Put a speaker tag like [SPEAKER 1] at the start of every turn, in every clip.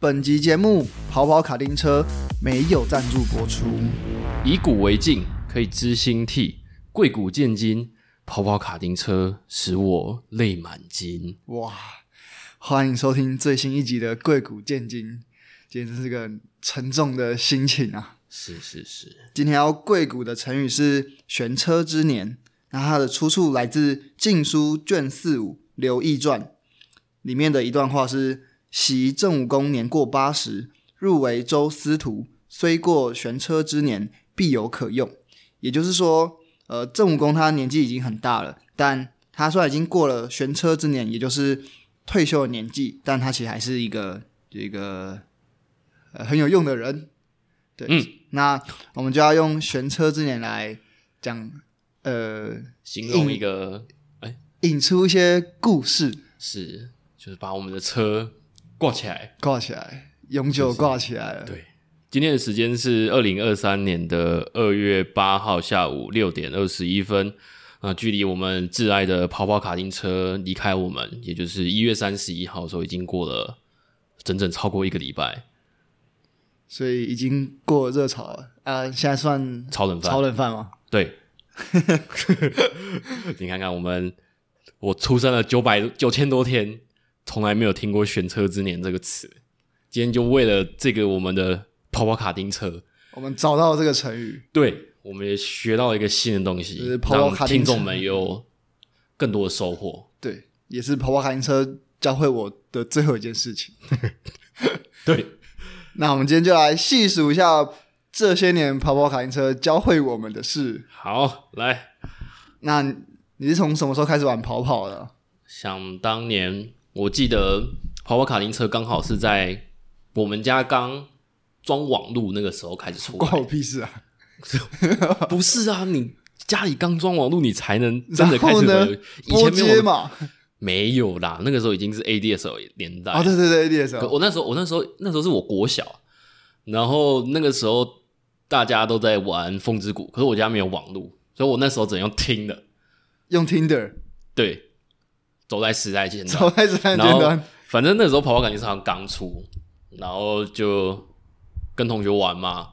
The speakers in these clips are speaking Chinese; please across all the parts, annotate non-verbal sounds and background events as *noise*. [SPEAKER 1] 本集节目《跑跑卡丁车》没有赞助播出。
[SPEAKER 2] 以古为镜，可以知兴替，贵古见今。跑跑卡丁车使我泪满襟。
[SPEAKER 1] 哇，欢迎收听最新一集的《贵谷见金》，今天真是个沉重的心情啊！
[SPEAKER 2] 是是是，
[SPEAKER 1] 今天要贵谷的成语是“玄车之年”，那它的出处来自《晋书》卷四五《刘毅传》里面的一段话是：“袭郑武公年过八十，入为周司徒，虽过玄车之年，必有可用。”也就是说，呃，郑武公他年纪已经很大了，但他虽然已经过了玄车之年，也就是退休的年纪，但他其实还是一个这个、呃、很有用的人。对，
[SPEAKER 2] 嗯
[SPEAKER 1] 那我们就要用玄车之年来讲，呃，
[SPEAKER 2] 形容一个
[SPEAKER 1] 引出一些故事，
[SPEAKER 2] 是，就是把我们的车挂起来。
[SPEAKER 1] 挂起来，永久挂起来了。
[SPEAKER 2] 对，今天的时间是二零二三年的二月八号下午六点二十一分。啊、距离我们挚爱的跑跑卡丁车离开我们，也就是一月三十一号的时候，已经过了整整超过一个礼拜。
[SPEAKER 1] 所以已经过热潮了啊、现在算
[SPEAKER 2] 超冷饭
[SPEAKER 1] 超冷饭吗？
[SPEAKER 2] 对， *laughs* 你看看我们，我出生了九百九千多天，从来没有听过“玄车之年”这个词。今天就为了这个我们的跑跑卡丁车，
[SPEAKER 1] 我们找到这个成语，
[SPEAKER 2] 对我们也学到一个新的东西
[SPEAKER 1] 就是，呃跑跑卡
[SPEAKER 2] 让
[SPEAKER 1] 丁
[SPEAKER 2] 听
[SPEAKER 1] 车
[SPEAKER 2] 众们有更多的收获。
[SPEAKER 1] 对，也是跑跑卡丁车教会我的最后一件事情。 *laughs*
[SPEAKER 2] 对，
[SPEAKER 1] 那我们今天就来细数一下这些年跑跑卡丁车教会我们的事。
[SPEAKER 2] 好，来，
[SPEAKER 1] 那你是从什么时候开始玩跑跑的？
[SPEAKER 2] 想当年，我记得跑跑卡丁车刚好是在我们家刚装网路那个时候开始出来
[SPEAKER 1] 关我屁事啊！
[SPEAKER 2] 不是啊，你家里刚装网络，你才能真的开始
[SPEAKER 1] 然后
[SPEAKER 2] 玩
[SPEAKER 1] 呢。
[SPEAKER 2] 以前
[SPEAKER 1] 拨
[SPEAKER 2] 没
[SPEAKER 1] 接
[SPEAKER 2] 有
[SPEAKER 1] 嘛？
[SPEAKER 2] 没有啦，那个时候已经是 ADSL 年代。
[SPEAKER 1] 啊，对对对
[SPEAKER 2] 可
[SPEAKER 1] ，ADSL。
[SPEAKER 2] 我那时候，我那时候，那时候是我国小，然后那个时候大家都在玩《风之谷》，可是我家没有网络，所以我那时候只能用听的。
[SPEAKER 1] 用 Tinder
[SPEAKER 2] 嗯对，走在时代前
[SPEAKER 1] 走在
[SPEAKER 2] 端，
[SPEAKER 1] 这段
[SPEAKER 2] 然
[SPEAKER 1] 阶
[SPEAKER 2] 后
[SPEAKER 1] 段，
[SPEAKER 2] 反正那时候跑跑感觉是好像刚出，然后就跟同学玩嘛。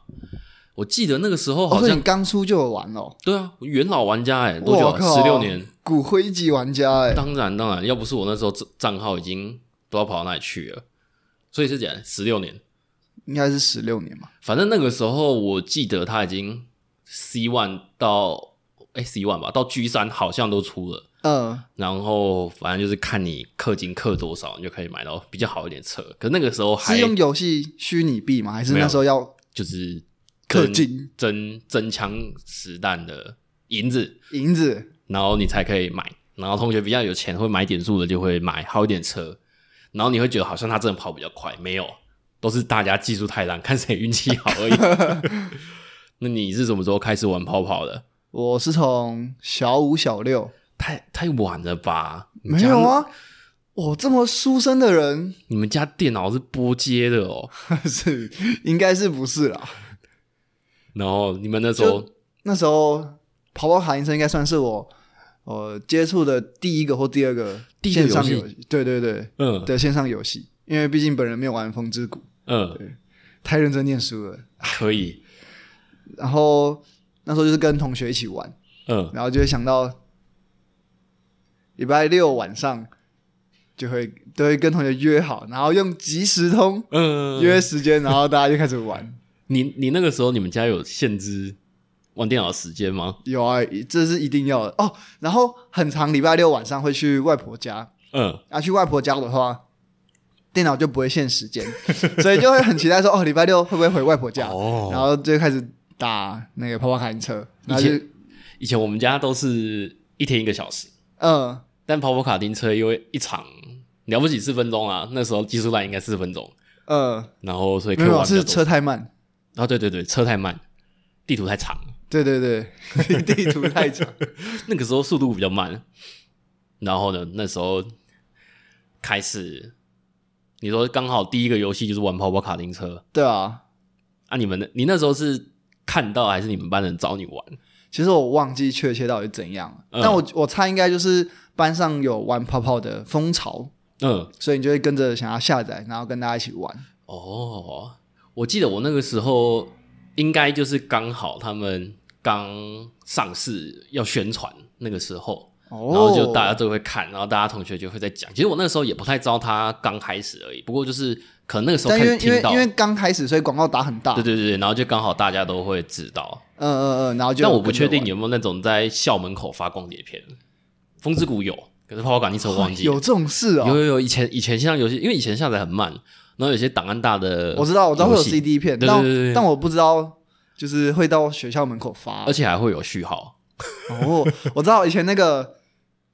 [SPEAKER 2] 我记得那个时候
[SPEAKER 1] 哦，
[SPEAKER 2] 好
[SPEAKER 1] 所以
[SPEAKER 2] 像、
[SPEAKER 1] 你刚出就有玩哦，
[SPEAKER 2] 对啊，元老玩家哎、多久
[SPEAKER 1] 我
[SPEAKER 2] 啊？
[SPEAKER 1] 靠
[SPEAKER 2] 十六年。
[SPEAKER 1] 骨灰级玩家哎，
[SPEAKER 2] 当然，当然，要不是我那时候账账号已经不知道跑到哪里去了，所以是讲十六年。
[SPEAKER 1] 应该是十六年嘛，
[SPEAKER 2] 反正那个时候我记得他已经 C one 到哎 C one 吧，到 G 三好像都出了。
[SPEAKER 1] 嗯，
[SPEAKER 2] 然后反正就是看你氪金氪多少，你就可以买到比较好一点车。可那个时候还
[SPEAKER 1] 是用游戏虚拟币吗？还是
[SPEAKER 2] 没有
[SPEAKER 1] 那时候要
[SPEAKER 2] 就是
[SPEAKER 1] 氪
[SPEAKER 2] 真
[SPEAKER 1] 金
[SPEAKER 2] 真真枪实弹的银子，
[SPEAKER 1] 银子？
[SPEAKER 2] 然后你才可以买。然后同学比较有钱会买点数的就会买好一点车，然后你会觉得好像他真的跑比较快，没有，都是大家技术太烂，看谁运气好而已。那你是什么时候开始玩跑跑的？
[SPEAKER 1] 我是从小五小六，
[SPEAKER 2] 太太晚了吧？ *laughs* 你
[SPEAKER 1] 没
[SPEAKER 2] 家
[SPEAKER 1] 有？啊，我这么书生的人 *laughs*
[SPEAKER 2] 你们家电脑是拨接的哦。
[SPEAKER 1] 是应该是不是啦？
[SPEAKER 2] 然后你们那时候
[SPEAKER 1] 那时候跑跑卡丁车应该算是我呃接触的第一个或第二个
[SPEAKER 2] 第一个
[SPEAKER 1] 线
[SPEAKER 2] 游戏
[SPEAKER 1] 上游戏，对对对
[SPEAKER 2] 嗯
[SPEAKER 1] 的线上游戏，因为毕竟本人没有玩风之谷，
[SPEAKER 2] 嗯
[SPEAKER 1] 太认真念书了。
[SPEAKER 2] 可以
[SPEAKER 1] 然后那时候就是跟同学一起玩，
[SPEAKER 2] 嗯
[SPEAKER 1] 然后就会想到礼拜六晚上就会都会跟同学约好，然后用即时通
[SPEAKER 2] 嗯
[SPEAKER 1] 约时间，然后大家就开始玩。
[SPEAKER 2] 你你那个时候你们家有限制玩电脑的时间吗？
[SPEAKER 1] 有啊，这是一定要的哦。然后很长礼拜六晚上会去外婆家，
[SPEAKER 2] 嗯
[SPEAKER 1] 啊，去外婆家的话。电脑就不会限时间， *laughs* 所以就会很期待说哦，礼拜六会不会回外婆家？
[SPEAKER 2] 哦
[SPEAKER 1] 然后就开始打那个泡泡卡丁车，然后
[SPEAKER 2] 以
[SPEAKER 1] 就
[SPEAKER 2] 前以前我们家都是一天一个小时。
[SPEAKER 1] 嗯，
[SPEAKER 2] 但跑跑卡丁车因为一场了不起四分钟啊，那时候技术烂应该四分钟，
[SPEAKER 1] 呃，
[SPEAKER 2] 然后所以可
[SPEAKER 1] 没
[SPEAKER 2] 以玩
[SPEAKER 1] 有
[SPEAKER 2] 比较
[SPEAKER 1] 是
[SPEAKER 2] 多。
[SPEAKER 1] 车太慢，
[SPEAKER 2] 啊，对对对，车太慢，地图太长，
[SPEAKER 1] 对对对， *laughs* 地图太
[SPEAKER 2] *laughs*
[SPEAKER 1] 长，
[SPEAKER 2] 那个时候速度比较慢。然后呢，那时候开始，你说刚好第一个游戏就是玩跑跑卡丁车
[SPEAKER 1] 对啊。
[SPEAKER 2] 啊，你们那你那时候是看到还是你们班人找你玩？
[SPEAKER 1] 其实我忘记确切到底怎样了，
[SPEAKER 2] 嗯
[SPEAKER 1] 但我我猜应该就是班上有玩泡泡的风潮，
[SPEAKER 2] 嗯，
[SPEAKER 1] 所以你就会跟着想要下载，然后跟大家一起玩。
[SPEAKER 2] 哦，我记得我那个时候应该就是刚好他们刚上市要宣传那个时候，
[SPEAKER 1] 哦，
[SPEAKER 2] 然后就大家都会看，然后大家同学就会在讲。其实我那时候也不太知道它刚开始而已，不过就是可能那个时候
[SPEAKER 1] 但
[SPEAKER 2] 开
[SPEAKER 1] 因
[SPEAKER 2] 始
[SPEAKER 1] 为因
[SPEAKER 2] 听
[SPEAKER 1] 为
[SPEAKER 2] 到，
[SPEAKER 1] 因为刚开始，所以广告打很大，
[SPEAKER 2] 对对对，对然后就刚好大家都会知道。
[SPEAKER 1] 嗯嗯嗯，然后就
[SPEAKER 2] 但我不确定
[SPEAKER 1] 有
[SPEAKER 2] 有没有那种在校门口发光碟片，《风之谷》有，可是《泡泡感应车》我忘记了
[SPEAKER 1] 有这种事
[SPEAKER 2] 有
[SPEAKER 1] 哦，
[SPEAKER 2] 有有，以前以前像游戏，因为以前下载很慢，然后有些档案大的，
[SPEAKER 1] 我知道我知道会有 CD 片，
[SPEAKER 2] 对
[SPEAKER 1] 但
[SPEAKER 2] 对对对呃
[SPEAKER 1] 但我不知道就是会到学校门口发
[SPEAKER 2] 而，且还会有序号
[SPEAKER 1] 哦，我知道以前那个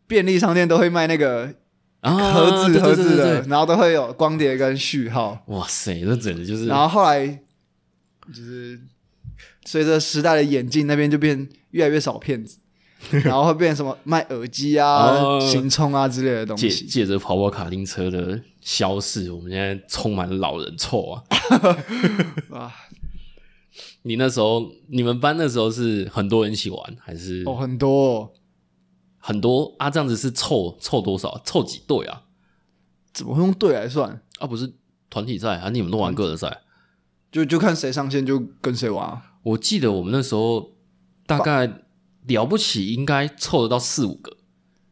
[SPEAKER 1] 便利商店都会卖那个
[SPEAKER 2] 啊，
[SPEAKER 1] 盒子
[SPEAKER 2] 对
[SPEAKER 1] 盒子。
[SPEAKER 2] 对对
[SPEAKER 1] 的，
[SPEAKER 2] 对对
[SPEAKER 1] 然后都会有光碟跟序号，
[SPEAKER 2] 哇塞，这简直就是
[SPEAKER 1] 然后后来就是随着时代的演进，那边就变越来越少骗
[SPEAKER 2] *laughs*
[SPEAKER 1] 子，然后会变什么卖耳机啊
[SPEAKER 2] 哦、
[SPEAKER 1] 行充啊之类的东
[SPEAKER 2] 借
[SPEAKER 1] 西。
[SPEAKER 2] 借着跑跑卡丁车的消逝，我们现在充满了老人臭 *laughs* 啊！
[SPEAKER 1] 哇，
[SPEAKER 2] 你那时候，你们班那时候是很多人一起玩，还是
[SPEAKER 1] 哦，很多、哦，
[SPEAKER 2] 很多啊？这样子是凑凑多少？凑几队啊？
[SPEAKER 1] 怎么会用队来算？
[SPEAKER 2] 啊，不是团体赛，还啊是你们都玩个人赛？
[SPEAKER 1] 就就看谁上线就跟谁玩、啊。
[SPEAKER 2] 我记得我们那时候大概了不起，应该凑得到四五个。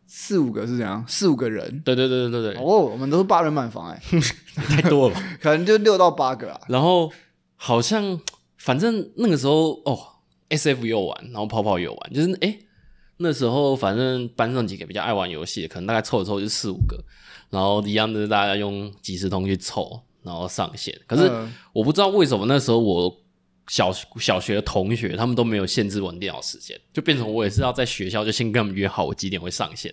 [SPEAKER 1] 四五个是怎样？四五个人
[SPEAKER 2] 对对对对对对，
[SPEAKER 1] 哦，我们都是八人满房哎、
[SPEAKER 2] *laughs* 太多了吧？
[SPEAKER 1] 可能就六到八个啊。
[SPEAKER 2] 然后好像反正那个时候哦，S F 也有玩，然后泡泡也有玩，就是哎、诶那时候反正班上几个比较爱玩游戏的，可能大概凑一凑就四五个，然后一样就是大家用即时通去凑，然后上线。可是
[SPEAKER 1] 嗯
[SPEAKER 2] 我不知道为什么那时候我。小小学的同学，他们都没有限制我的电脑时间，就变成我也是要在学校就先跟他们约好我几点会上线，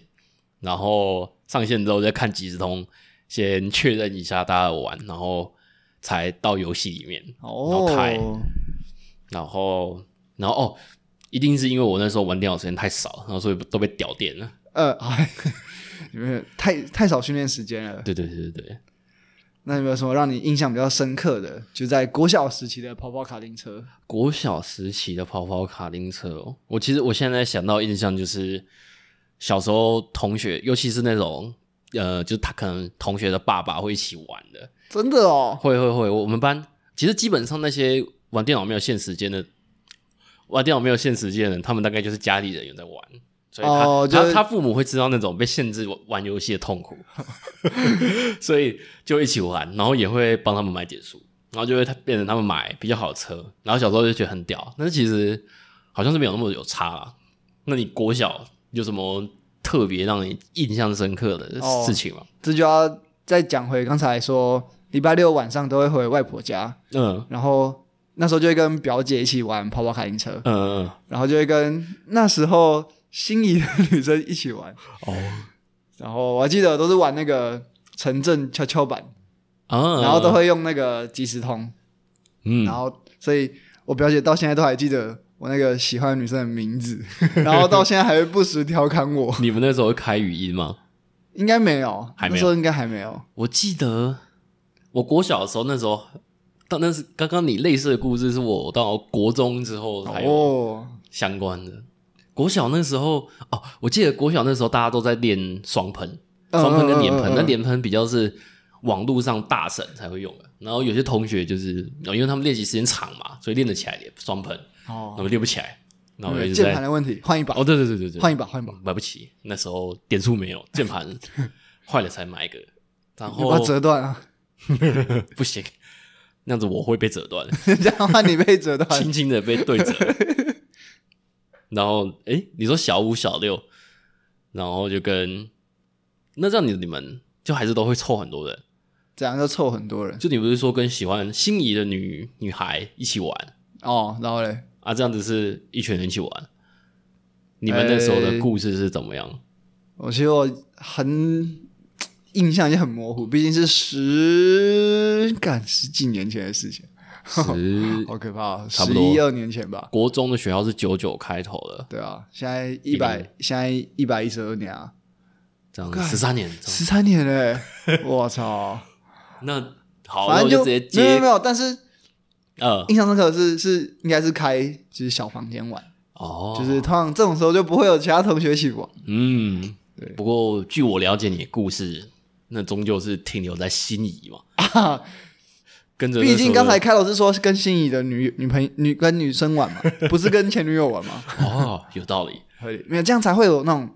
[SPEAKER 2] 然后上线之后再看即时通，先确认一下大家的玩，然后才到游戏里面，然后开
[SPEAKER 1] 哦，
[SPEAKER 2] 然后然后哦，一定是因为我那时候玩电脑时间太少，然后所以都被屌电了。
[SPEAKER 1] 呃，哎， *laughs* 你们太太少训练时间了。
[SPEAKER 2] 对对对对对，
[SPEAKER 1] 那有没有什么让你印象比较深刻的？就在国小时期的跑跑卡丁车，
[SPEAKER 2] 国小时期的跑跑卡丁车、哦，我其实我现在想到印象就是小时候同学，尤其是那种。呃，就是他可能同学的爸爸会一起玩的，
[SPEAKER 1] 真的哦，
[SPEAKER 2] 会会会，我们班其实基本上那些玩电脑没有限时间的，玩电脑没有限时间的人，他们大概就是家里人有在玩，所以他、
[SPEAKER 1] 哦就是
[SPEAKER 2] 他他父母会知道那种被限制玩玩游戏的痛苦， *laughs* 所以就一起玩，然后也会帮他们买点数，然后就会他变成他们买比较好的车，然后小时候就觉得很屌，但是其实好像是没有那么有差啦。那你国小有什么特别让你印象深刻的
[SPEAKER 1] 哦
[SPEAKER 2] 事情吗？
[SPEAKER 1] 这就要再讲回刚才说，礼拜六晚上都会回外婆家，
[SPEAKER 2] 嗯
[SPEAKER 1] 然后那时候就会跟表姐一起玩跑跑卡丁车，
[SPEAKER 2] 嗯嗯，
[SPEAKER 1] 然后就会跟那时候心仪的女生一起玩，
[SPEAKER 2] 哦。
[SPEAKER 1] 然后我还记得都是玩那个城镇跷跷板，
[SPEAKER 2] 啊，
[SPEAKER 1] 然后都会用那个即时通，
[SPEAKER 2] 嗯，
[SPEAKER 1] 然后所以我表姐到现在都还记得我那个喜欢的女生的名 *laughs* 字，然后到现在还会不时调侃我，
[SPEAKER 2] 你们那时候会开语音吗？
[SPEAKER 1] 应该没有，
[SPEAKER 2] 还没有
[SPEAKER 1] 那时候应该还没有，
[SPEAKER 2] 我记得我国小的时候，那时候，但那是刚刚你类似的故事，是我到国中之后才有
[SPEAKER 1] 哦，
[SPEAKER 2] 相关的。国小那时候哦，我记得国小那时候大家都在练双喷，
[SPEAKER 1] 嗯
[SPEAKER 2] 双喷跟连
[SPEAKER 1] 嗯
[SPEAKER 2] 喷
[SPEAKER 1] 嗯，嗯
[SPEAKER 2] 那连喷比较是网络上大神才会用的。然后有些同学就是，哦因为他们练习时间长嘛，所以练得起来连双喷，
[SPEAKER 1] 哦
[SPEAKER 2] 然，后练不起来，然后我就
[SPEAKER 1] 键盘
[SPEAKER 2] 在
[SPEAKER 1] 的问题，换一把
[SPEAKER 2] 哦，，对对对对对，
[SPEAKER 1] 换一把，换一把，
[SPEAKER 2] 买不起，那时候点数
[SPEAKER 1] *laughs*
[SPEAKER 2] 没有，键盘坏了才买一个，然
[SPEAKER 1] 你把它
[SPEAKER 2] 后
[SPEAKER 1] 折断
[SPEAKER 2] 哦
[SPEAKER 1] 啊！
[SPEAKER 2] 不行，那样子我会被折
[SPEAKER 1] *laughs*
[SPEAKER 2] 断，
[SPEAKER 1] *laughs* 这样的话你被折断，
[SPEAKER 2] *laughs* 轻轻的被对
[SPEAKER 1] *laughs*
[SPEAKER 2] 折。然后，诶、你说小五、小六，然后就跟那这样你你们就还是都会凑很多人，
[SPEAKER 1] 这样就凑很多人
[SPEAKER 2] 就你不是说跟喜欢心仪的女女孩一起玩
[SPEAKER 1] 哦。然后嘞，
[SPEAKER 2] 啊？这样子是一群人一起玩，你们那时候
[SPEAKER 1] 诶
[SPEAKER 2] 的故事是怎么样？
[SPEAKER 1] 我其实我很印象也很模糊，毕竟是十干十几年前的事情，
[SPEAKER 2] 十
[SPEAKER 1] 好可怕、哦，
[SPEAKER 2] 差
[SPEAKER 1] 十
[SPEAKER 2] 不多
[SPEAKER 1] 一二年前吧。
[SPEAKER 2] 国中的学校是九九开头的，
[SPEAKER 1] 对啊，现在一百，现在一百一十二年啊，
[SPEAKER 2] 这样十三年，这样
[SPEAKER 1] 十三年
[SPEAKER 2] *laughs*
[SPEAKER 1] 嘞、我操！
[SPEAKER 2] 那好，
[SPEAKER 1] 反正
[SPEAKER 2] 那
[SPEAKER 1] 就
[SPEAKER 2] 我直接
[SPEAKER 1] 没有没有
[SPEAKER 2] 接
[SPEAKER 1] 没嗯有，但是
[SPEAKER 2] 呃
[SPEAKER 1] 印象深刻的是是应该是开就是小房间玩，
[SPEAKER 2] 哦，
[SPEAKER 1] 就是通常这种时候就不会有其他同学一起玩。
[SPEAKER 2] 嗯
[SPEAKER 1] 对，
[SPEAKER 2] 不
[SPEAKER 1] *laughs*
[SPEAKER 2] 过据我了解你的故事，那终究是停留在心仪嘛。跟着那时
[SPEAKER 1] 毕
[SPEAKER 2] 候的。
[SPEAKER 1] 竟刚才开头是说是跟心仪的女女朋女跟女生玩嘛，
[SPEAKER 2] *laughs*
[SPEAKER 1] 不是跟前女友玩嘛，
[SPEAKER 2] 哦，有道理，
[SPEAKER 1] 合理没有这样才会有那种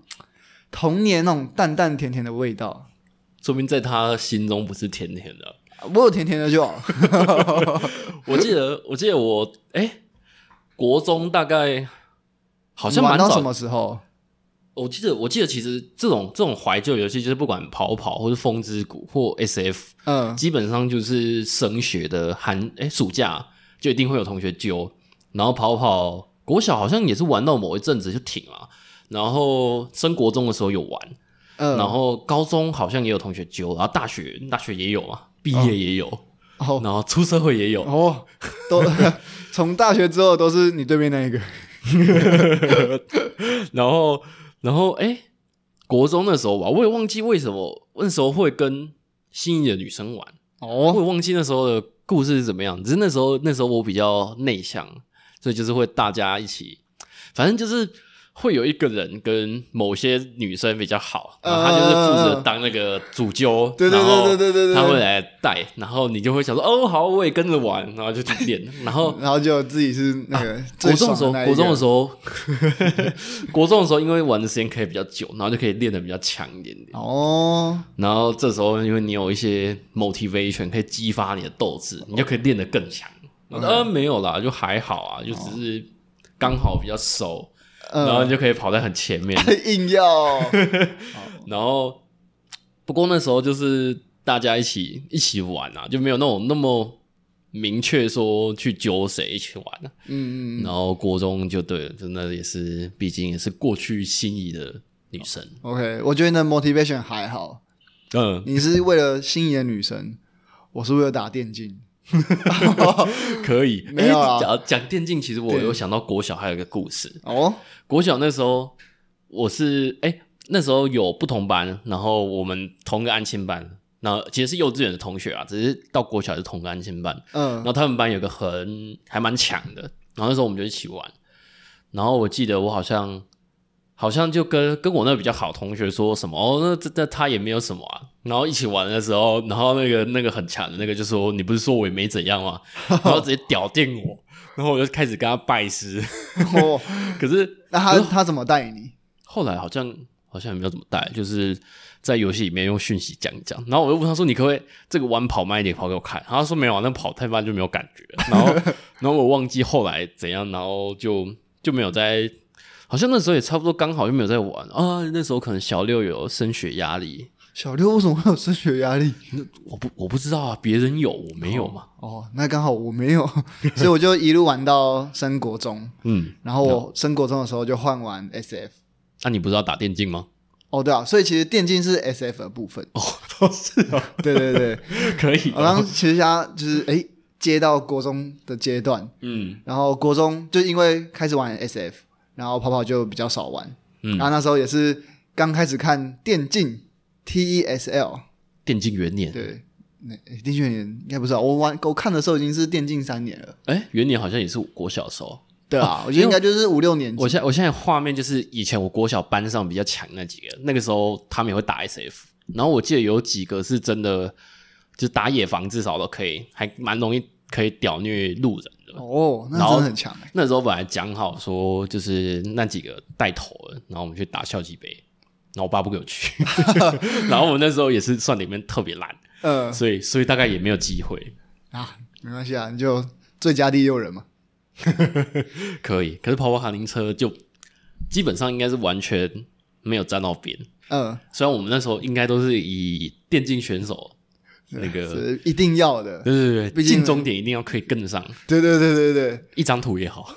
[SPEAKER 1] 童年那种淡淡甜甜的味道。
[SPEAKER 2] 说明在他心中不是甜甜
[SPEAKER 1] *laughs*
[SPEAKER 2] 的。
[SPEAKER 1] 我有甜甜的就好，
[SPEAKER 2] 我记得，我记得我哎、国中大概好像
[SPEAKER 1] 你
[SPEAKER 2] 蛮
[SPEAKER 1] 玩到
[SPEAKER 2] 早
[SPEAKER 1] 什么时候？
[SPEAKER 2] 我记得，我记得，其实这种这种怀旧游戏，就是不管跑跑或是风之谷或 SF，
[SPEAKER 1] 嗯，
[SPEAKER 2] 基本上就是升学的寒哎暑假就一定会有同学揪，然后跑跑国小好像也是玩到某一阵子就停了，然后升国中的时候有玩，
[SPEAKER 1] 嗯，
[SPEAKER 2] 然后高中好像也有同学揪，然后大学大学也有嘛，毕业也有，
[SPEAKER 1] 哦
[SPEAKER 2] 然后出社会也有，
[SPEAKER 1] 哦，都 *laughs* 从大学之后都是你对面那一个，
[SPEAKER 2] 然后，然后，哎、国中那时候吧，我也忘记为什么那时候会跟心仪的女生玩，我
[SPEAKER 1] 哦，
[SPEAKER 2] 也忘记那时候的故事是怎么样。只是那时候，那时候我比较内向，所以就是会大家一起，反正就是会有一个人跟某些女生比较好，然后他就是负责当那个主揪，
[SPEAKER 1] 呃对对
[SPEAKER 2] 然后
[SPEAKER 1] 对对对对对
[SPEAKER 2] 他会来带，然后你就会想说，哦，好，我也跟着玩，然后就去练，然后。
[SPEAKER 1] 然后就自己是那个
[SPEAKER 2] 国
[SPEAKER 1] 最
[SPEAKER 2] 中
[SPEAKER 1] 爽
[SPEAKER 2] 的时候，
[SPEAKER 1] 那一
[SPEAKER 2] 啊国中的
[SPEAKER 1] 个
[SPEAKER 2] 时候，国中的时候，因 *laughs* 为玩的时间可以比较久，然后就可以练的比较强一点点。
[SPEAKER 1] 哦，
[SPEAKER 2] 然后这时候，因为你有一些 motivation 可以激发你的斗志，你就可以练得更强。
[SPEAKER 1] 嗯
[SPEAKER 2] 然后呃，没有啦，就还好啊，就只是刚好比较熟，然
[SPEAKER 1] 嗯，
[SPEAKER 2] 后你就可以跑在很前面。
[SPEAKER 1] *laughs* 硬要哦
[SPEAKER 2] 然后，不过那时候就是大家一起一起玩啊，就没有那种那么明确说去揪谁一起玩啊。
[SPEAKER 1] 嗯嗯嗯
[SPEAKER 2] 然后国中就对了，真的也是，毕竟也是过去心仪的女生。
[SPEAKER 1] ，OK，我觉得你的 motivation 还好，
[SPEAKER 2] 嗯，
[SPEAKER 1] 你是为了心仪的女神，我是为了打电竞，
[SPEAKER 2] 嗯可以。
[SPEAKER 1] 没有啊
[SPEAKER 2] 诶讲讲电竞，其实我
[SPEAKER 1] 对
[SPEAKER 2] 有想到国小还有一个故事。
[SPEAKER 1] 哦，
[SPEAKER 2] 国小那时候我是哎、那时候有不同班，然后我们同个安亲班，那其实是幼稚园的同学啊，只是到国小是同个安亲班。
[SPEAKER 1] 嗯 *laughs*
[SPEAKER 2] 然，后他们班有个很还蛮强的，然后那时候我们就一起玩。然后我记得我好像好像就跟跟我那个比较好的同学说什么哦，那这那他也没有什么啊。然后一起玩的时候，然后那个那个很强的那个就说你不是说我也没怎样吗？然后直接屌定我，然后我就开始跟他拜师。 *laughs*
[SPEAKER 1] 哦，
[SPEAKER 2] 可是
[SPEAKER 1] 那他他怎么带你？
[SPEAKER 2] 后来好像好像也没有怎么带，就是在游戏里面用讯息讲一讲。然后我又问他说：“你可不可以这个弯跑慢一点，跑给我看？”然后他说：“没有啊，那跑太慢就没有感觉。”然后 *laughs* 然后我忘记后来怎样，然后就就没有在。好像那时候也差不多，刚好就没有在玩啊。那时候可能小六有升学压力，
[SPEAKER 1] 小六为什么会有升学压力？
[SPEAKER 2] 我不我不知道啊，别人有我没有嘛。
[SPEAKER 1] 哦，那刚好我没有， *laughs* 所以我就一路玩到升国中，
[SPEAKER 2] 嗯，
[SPEAKER 1] 然后我升国中的时候就换玩 SF。
[SPEAKER 2] 那、你不知道打电竞吗？
[SPEAKER 1] 哦，对啊，所以其实电竞是 SF 的部分。
[SPEAKER 2] 哦，啊都 *laughs* 是啊，
[SPEAKER 1] 对对对，
[SPEAKER 2] *laughs* 可以、
[SPEAKER 1] 我刚其实他就是诶接到国中的阶段，
[SPEAKER 2] 嗯
[SPEAKER 1] 然后国中就因为开始玩 SF，然后跑跑就比较少玩，
[SPEAKER 2] 嗯
[SPEAKER 1] 然，后那时候也是刚开始看电竞 TESL，
[SPEAKER 2] 电竞元年，
[SPEAKER 1] 对，那诶电竞元年应该不知道，我玩我看的时候已经是电竞三年了，
[SPEAKER 2] 哎、元年好像也是我国小的时候。
[SPEAKER 1] 对啊，我觉得应该就是五六年级
[SPEAKER 2] 我现在我现在画面就是以前我国小班上比较强那几个，那个时候他们也会打 SF，然后我记得有几个是真的，就打野防至少都可以，还蛮容易可以屌虐路人的。
[SPEAKER 1] 哦，那
[SPEAKER 2] 然
[SPEAKER 1] 真
[SPEAKER 2] 后
[SPEAKER 1] 的很强欸
[SPEAKER 2] 那时候本来讲好说，就是那几个带头的，然后我们去打校级杯，然后我爸不给我去， *laughs* 然后我们那时候也是算里面特别烂，
[SPEAKER 1] 呃
[SPEAKER 2] 所以所以大概也没有机会。
[SPEAKER 1] 啊，没关系啊，你就最佳第六人嘛，
[SPEAKER 2] 可以，可是跑跑卡丁车就基本上应该是完全没有沾到边。
[SPEAKER 1] 嗯，
[SPEAKER 2] 虽然我们那时候应该都是以电竞选手那个，
[SPEAKER 1] 啊是一定要的，
[SPEAKER 2] 对对对，
[SPEAKER 1] 毕竟
[SPEAKER 2] 进终点一定要可以跟得上，
[SPEAKER 1] 对对对对对
[SPEAKER 2] 一张图
[SPEAKER 1] *laughs*
[SPEAKER 2] 也好，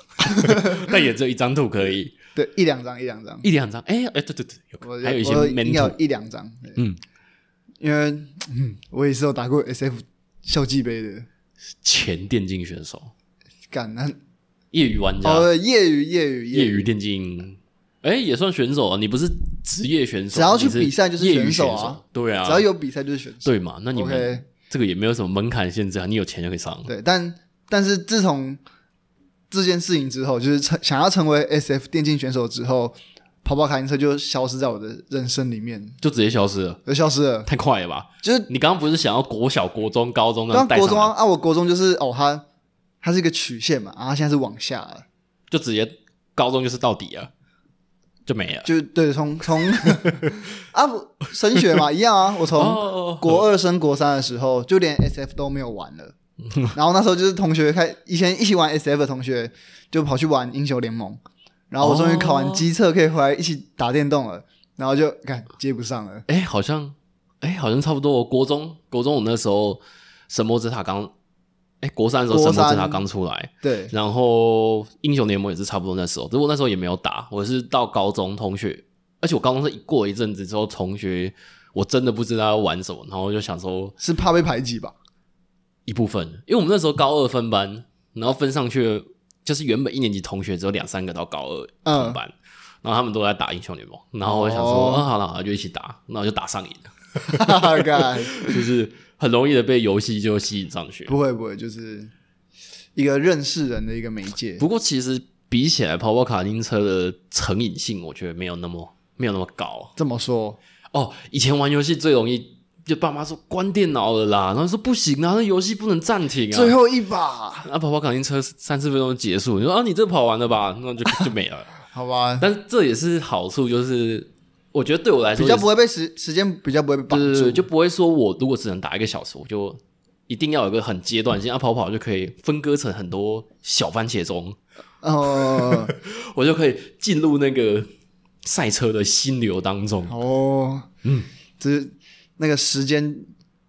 [SPEAKER 2] 但也只有一张图可以，
[SPEAKER 1] 对，一两张一两张，
[SPEAKER 2] 一两张，哎哎，对对对，
[SPEAKER 1] 我
[SPEAKER 2] 有还有一些
[SPEAKER 1] 我
[SPEAKER 2] man
[SPEAKER 1] 应该有
[SPEAKER 2] 图，
[SPEAKER 1] 一两张，对
[SPEAKER 2] 嗯，
[SPEAKER 1] 因为嗯，我也是有打过 SF 校际杯的，
[SPEAKER 2] 前电竞选手，
[SPEAKER 1] 干那
[SPEAKER 2] 业余玩家，
[SPEAKER 1] 哦，业余业余
[SPEAKER 2] 业余，电竞，哎，也算选手啊，你不是职业选手，
[SPEAKER 1] 只要去
[SPEAKER 2] 你是
[SPEAKER 1] 比赛就是
[SPEAKER 2] 业余
[SPEAKER 1] 选
[SPEAKER 2] 选
[SPEAKER 1] 手啊
[SPEAKER 2] 手，对啊，
[SPEAKER 1] 只要有比赛就是选手。
[SPEAKER 2] 对嘛，那你们
[SPEAKER 1] OK，
[SPEAKER 2] 这个也没有什么门槛限制啊，你有钱就可以上，
[SPEAKER 1] 对，但但是自从这件事情之后，就是成想要成为 SF 电竞选手之后，跑跑卡丁车就消失在我的人生里面，
[SPEAKER 2] 就直接消失了，
[SPEAKER 1] 就消失了。
[SPEAKER 2] 太快了吧？
[SPEAKER 1] 就是
[SPEAKER 2] 你刚刚不是想要国小、国中、高中那
[SPEAKER 1] 当
[SPEAKER 2] 样带
[SPEAKER 1] 国
[SPEAKER 2] 上
[SPEAKER 1] 中啊，
[SPEAKER 2] 来，
[SPEAKER 1] 啊，我国中就是哦，它它是一个曲线嘛，啊，它现在是往下了，
[SPEAKER 2] 就直接高中就是到底了，就没了。
[SPEAKER 1] 就对，从从 *laughs* 啊不升学嘛，一样啊，我从
[SPEAKER 2] 哦
[SPEAKER 1] 国二升国三的时候，就连 SF 都没有玩
[SPEAKER 2] *laughs*
[SPEAKER 1] 了。然后那时候就是同学开以前一起玩 SF 的同学，就跑去玩英雄联盟。然后我终于考完机测，可以回来一起打电动了。然后就看接不上了，
[SPEAKER 2] 哎、好像，哎、好像差不多哦。国中，国中我那时候神魔之塔刚，哎、国三的时候
[SPEAKER 1] 国
[SPEAKER 2] 神魔之
[SPEAKER 1] 三
[SPEAKER 2] 塔刚出来，
[SPEAKER 1] 对，
[SPEAKER 2] 然后英雄联盟也是差不多那时候，只是我那时候也没有打，我是到高中同学，而且我高中是一过一阵子之后，同学我真的不知道要玩什么，然后我就想说
[SPEAKER 1] 是怕被排挤吧？
[SPEAKER 2] 一部分，因为我们那时候高二分班，然后分上去就是原本一年级同学只有两三个到高二
[SPEAKER 1] 嗯 *laughs*
[SPEAKER 2] 同班，然后他们都在打英雄联盟，然后我就想说，
[SPEAKER 1] 哦
[SPEAKER 2] 啊，好了好了，就一起打，那我就打上瘾了， *laughs*
[SPEAKER 1] 干
[SPEAKER 2] 就是很容易的被游戏就吸引上去。
[SPEAKER 1] 不会不会，就是一个认识人的一个媒介。
[SPEAKER 2] 不过其实比起来，跑跑卡丁车的成瘾性，我觉得没有那么没有那么高
[SPEAKER 1] 这么说，
[SPEAKER 2] 哦。以前玩游戏最容易。就爸妈说关电脑了啦，然后说不行啊，那游戏不能暂停啊。
[SPEAKER 1] 最后一把，
[SPEAKER 2] 啊，跑跑卡丁车三四分钟结束，你说啊，你这跑完了吧？那就就没了。 *laughs*
[SPEAKER 1] 好吧，
[SPEAKER 2] 但这也是好处，就是我觉得对我来说
[SPEAKER 1] 比较
[SPEAKER 2] 也是
[SPEAKER 1] 不会被时时间比较不会被绑
[SPEAKER 2] 对对
[SPEAKER 1] 住
[SPEAKER 2] 对，，就不会说我如果只能打一个小时，我就一定要有一个很阶段性，啊跑跑就可以分割成很多小番茄钟， *laughs*
[SPEAKER 1] 哦
[SPEAKER 2] 我就可以进入那个赛车的心流当中。 *laughs*
[SPEAKER 1] 哦，嗯，就是那个时间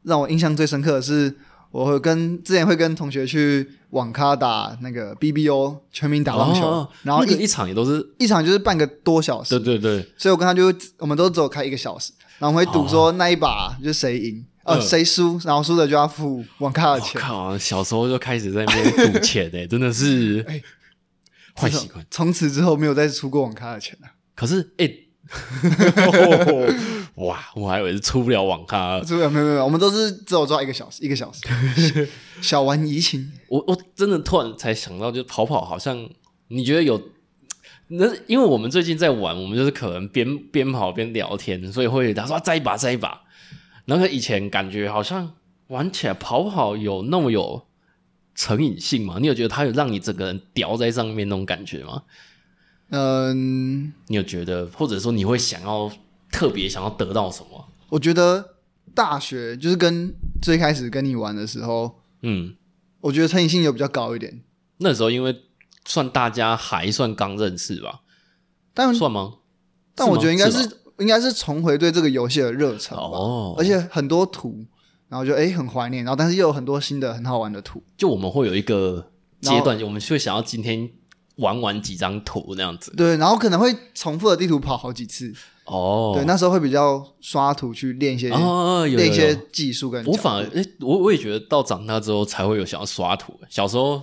[SPEAKER 1] 让我印象最深刻的是，我会跟之前会跟同学去网咖打那个 BBO 全民打棒球，
[SPEAKER 2] 哦
[SPEAKER 1] 然后
[SPEAKER 2] 那个
[SPEAKER 1] 一
[SPEAKER 2] 一场也都是
[SPEAKER 1] 一场就是半个多小时
[SPEAKER 2] 对，对对，
[SPEAKER 1] 所以我跟他就我们都只有开一个小时，然后我们会赌说那一把就是谁赢，呃
[SPEAKER 2] 哦嗯
[SPEAKER 1] 谁输，然后输的就要付网咖
[SPEAKER 2] 我
[SPEAKER 1] 的钱。
[SPEAKER 2] 靠，小时候就开始在那边赌
[SPEAKER 1] *laughs*
[SPEAKER 2] 钱哎、真的是
[SPEAKER 1] 哎
[SPEAKER 2] 坏习惯。
[SPEAKER 1] 从此之后没有再出过网咖的钱了，
[SPEAKER 2] 可是哎、 *laughs* 哇，我还以为是出不了网咖。
[SPEAKER 1] 是啊不是？没有没有没有，我们都是只有抓一个小时，一个小时，
[SPEAKER 2] *laughs*
[SPEAKER 1] 小小玩怡情。
[SPEAKER 2] 我我真的突然才想到，就跑跑好像你觉得有，那因为我们最近在玩，我们就是可能边边跑边聊天，所以会他说啊再一把再一把。然后以前感觉好像玩起来跑跑有那么有成瘾性吗？你有觉得它有让你整个人吊在上面那种感觉吗？
[SPEAKER 1] 嗯，
[SPEAKER 2] 你有觉得，或者说你会想要特别想要得到什么？
[SPEAKER 1] 我觉得大学就是跟最开始跟你玩的时候，
[SPEAKER 2] 嗯，
[SPEAKER 1] 我觉得成瘾性有比较高一点，
[SPEAKER 2] 那时候因为算大家还算刚认识吧，
[SPEAKER 1] 但
[SPEAKER 2] 算吗？
[SPEAKER 1] 嗯但我觉得应该
[SPEAKER 2] 吗
[SPEAKER 1] 是应该是重回对这个游戏的热忱吧，
[SPEAKER 2] 哦
[SPEAKER 1] 而且很多图，然后就哎、很怀念，然后但是又有很多新的很好玩的图，
[SPEAKER 2] 就我们会有一个
[SPEAKER 1] 然后
[SPEAKER 2] 阶段，我们会想要今天玩完几张图那样子。
[SPEAKER 1] 对，然后可能会重复的地图跑好几次，
[SPEAKER 2] 哦，
[SPEAKER 1] 对，那时候会比较刷图去练一些、
[SPEAKER 2] 哦，有有
[SPEAKER 1] 练一些
[SPEAKER 2] 有
[SPEAKER 1] 技术跟
[SPEAKER 2] 我
[SPEAKER 1] 角
[SPEAKER 2] 反而
[SPEAKER 1] 度
[SPEAKER 2] 诶、我我也觉得到长大之后才会有想要刷图。小时候，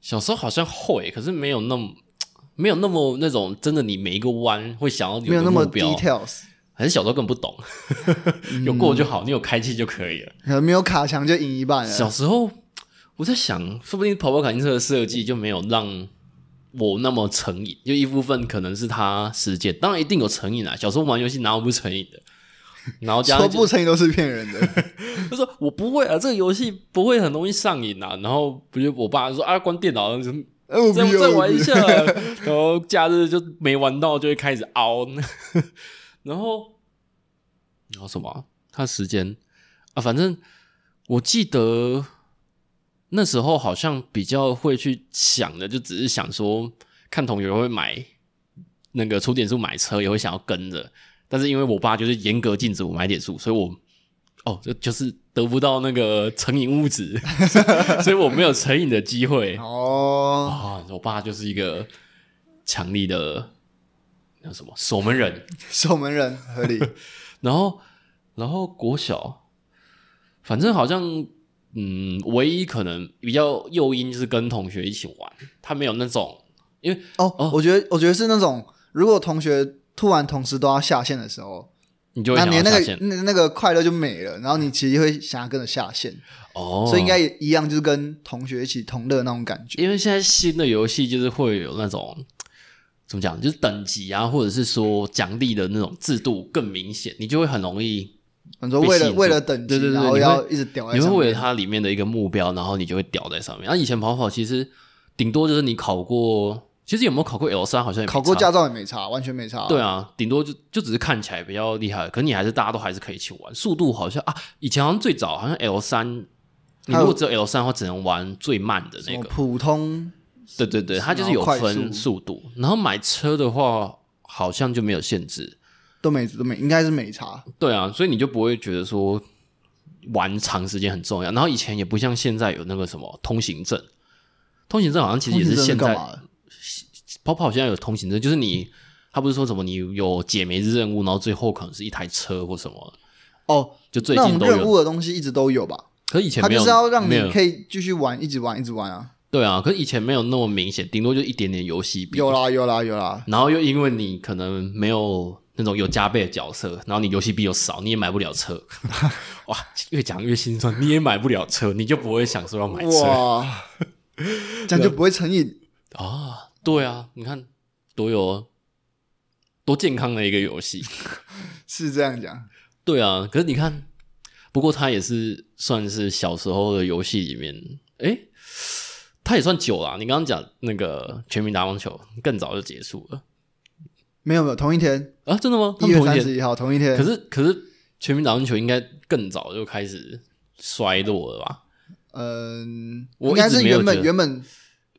[SPEAKER 2] 小时候好像会，可是没有那么。没有那么那种真的，你每一个弯会想要
[SPEAKER 1] 没有
[SPEAKER 2] 有
[SPEAKER 1] 那
[SPEAKER 2] 个
[SPEAKER 1] 么
[SPEAKER 2] 目标，
[SPEAKER 1] details，
[SPEAKER 2] 还是小时候根本不懂， *laughs* 有过就好，你有开气就可以了。
[SPEAKER 1] 可能没有卡墙就赢一半了，
[SPEAKER 2] 小时候我在想，说不定跑跑卡丁车的设计就没有让我那么成瘾，就一部分可能是他时间，当然一定有成瘾啊。小时候玩游戏哪有不
[SPEAKER 1] *laughs*
[SPEAKER 2] 成瘾的？然后加
[SPEAKER 1] 说
[SPEAKER 2] 上
[SPEAKER 1] 不
[SPEAKER 2] 就
[SPEAKER 1] 成瘾都是骗人
[SPEAKER 2] *laughs*
[SPEAKER 1] 的。
[SPEAKER 2] 就说我不会啊，这个游戏不会很容易上瘾啊。然后不就我爸就说啊，关电脑，再
[SPEAKER 1] 哎我不要
[SPEAKER 2] 再玩一
[SPEAKER 1] 我不要
[SPEAKER 2] 下。然后假日就没玩到，就会开始凹。 *laughs* 然后然后什么啊、他时间啊，反正我记得那时候好像比较会去想的，就只是想说看同学会买那个出点数买车，也会想要跟着。但是因为我爸就是严格禁止我买点数，所以我哦，就就是得不到那个成瘾物质， *laughs* 所以我没有成瘾的机会。
[SPEAKER 1] 哦，
[SPEAKER 2] 啊、我爸就是一个强力的那什么守门人，
[SPEAKER 1] 守门人合理，
[SPEAKER 2] 然后然后国小，反正好像嗯，唯一可能比较诱因就是跟同学一起玩，他没有那种因为
[SPEAKER 1] 哦，我觉得我觉得是那种，如果同学突然同时都要下线的时候，
[SPEAKER 2] 你就会
[SPEAKER 1] 那
[SPEAKER 2] 想
[SPEAKER 1] 你
[SPEAKER 2] 要
[SPEAKER 1] 的那
[SPEAKER 2] 下线、
[SPEAKER 1] 个嗯那那个快乐就没了，然后你其实会想要跟着下线，
[SPEAKER 2] 哦，
[SPEAKER 1] 所以应该也一样，就是跟同学一起同乐那种感觉。
[SPEAKER 2] 因为现在新的游戏就是会有那种怎么讲，就是等级啊，或者是说奖励的那种制度更明显，你就会很容易
[SPEAKER 1] 你说为
[SPEAKER 2] 被吸
[SPEAKER 1] 了
[SPEAKER 2] 引住
[SPEAKER 1] 为了等级，
[SPEAKER 2] 对对对
[SPEAKER 1] 然后
[SPEAKER 2] 你会
[SPEAKER 1] 要一直屌在
[SPEAKER 2] 你
[SPEAKER 1] 上
[SPEAKER 2] 会
[SPEAKER 1] 面，
[SPEAKER 2] 为了它里面的一个目标，然后你就会屌在上面。那、啊以前跑跑其实顶多就是你考过，其实有没有考过 L 三好像也没
[SPEAKER 1] 考过
[SPEAKER 2] 差
[SPEAKER 1] 驾照也没差，完全没差。
[SPEAKER 2] 对，啊，顶多就就只是看起来比较厉害，可你还是大家都还是可以去玩。速度好像啊，以前好像最早好像 L 三，你
[SPEAKER 1] 还有
[SPEAKER 2] 如果只有 L 三的话，只能玩最慢的
[SPEAKER 1] 什
[SPEAKER 2] 那
[SPEAKER 1] 么
[SPEAKER 2] 个。
[SPEAKER 1] 普通
[SPEAKER 2] 对对对，它就是
[SPEAKER 1] 然后
[SPEAKER 2] 有
[SPEAKER 1] 快
[SPEAKER 2] 分
[SPEAKER 1] 速
[SPEAKER 2] 速度。然后买车的话，好像就没有限制。
[SPEAKER 1] 都没都没，应该是没差。
[SPEAKER 2] 对啊，所以你就不会觉得说玩长时间很重要。然后以前也不像现在有那个什么通行证，通行证好像其实也是
[SPEAKER 1] 通行证
[SPEAKER 2] 现
[SPEAKER 1] 干
[SPEAKER 2] 在
[SPEAKER 1] 嘛的？
[SPEAKER 2] 跑跑现在有通行证，就是你他不是说什么你有解没日任务，然后最后可能是一台车或什么，
[SPEAKER 1] 哦，
[SPEAKER 2] 就最
[SPEAKER 1] 那
[SPEAKER 2] 近
[SPEAKER 1] 种
[SPEAKER 2] 都
[SPEAKER 1] 任
[SPEAKER 2] 有。
[SPEAKER 1] 务的东西一直都有吧？
[SPEAKER 2] 可是以前
[SPEAKER 1] 它
[SPEAKER 2] 没
[SPEAKER 1] 就
[SPEAKER 2] 有，
[SPEAKER 1] 是要让
[SPEAKER 2] 没有
[SPEAKER 1] 你可以继续玩，一直玩，一直玩啊。
[SPEAKER 2] 对啊，可是以前没有那么明显，顶多就一点点游戏币。
[SPEAKER 1] 有啦，有啦，有啦。
[SPEAKER 2] 然后又因为你可能没有那种有加倍的角色，然后你游戏币又少，你也买不了车。哇，越讲越心酸，你也买不了车，你就不会想说要买车啊、 *laughs*
[SPEAKER 1] 哇，这样就不会成瘾。
[SPEAKER 2] 对啊，你看多有啊多健康的一个游戏。
[SPEAKER 1] 是这样讲，
[SPEAKER 2] 对啊，可是你看，不过它也是算是小时候的游戏里面，诶，它也算久了啊、你刚刚讲那个全民打网球更早就结束了
[SPEAKER 1] 没有没有，同一天，
[SPEAKER 2] 啊？真的吗？他
[SPEAKER 1] 一
[SPEAKER 2] 们
[SPEAKER 1] 月
[SPEAKER 2] 同
[SPEAKER 1] 三
[SPEAKER 2] 一天
[SPEAKER 1] 十一号，同一天。
[SPEAKER 2] 可是可是全民打篮球应该更早就开始衰落了吧？
[SPEAKER 1] 嗯，
[SPEAKER 2] 我
[SPEAKER 1] 应该
[SPEAKER 2] 一直
[SPEAKER 1] 是
[SPEAKER 2] 没有
[SPEAKER 1] 原
[SPEAKER 2] 觉
[SPEAKER 1] 本
[SPEAKER 2] 得
[SPEAKER 1] 原本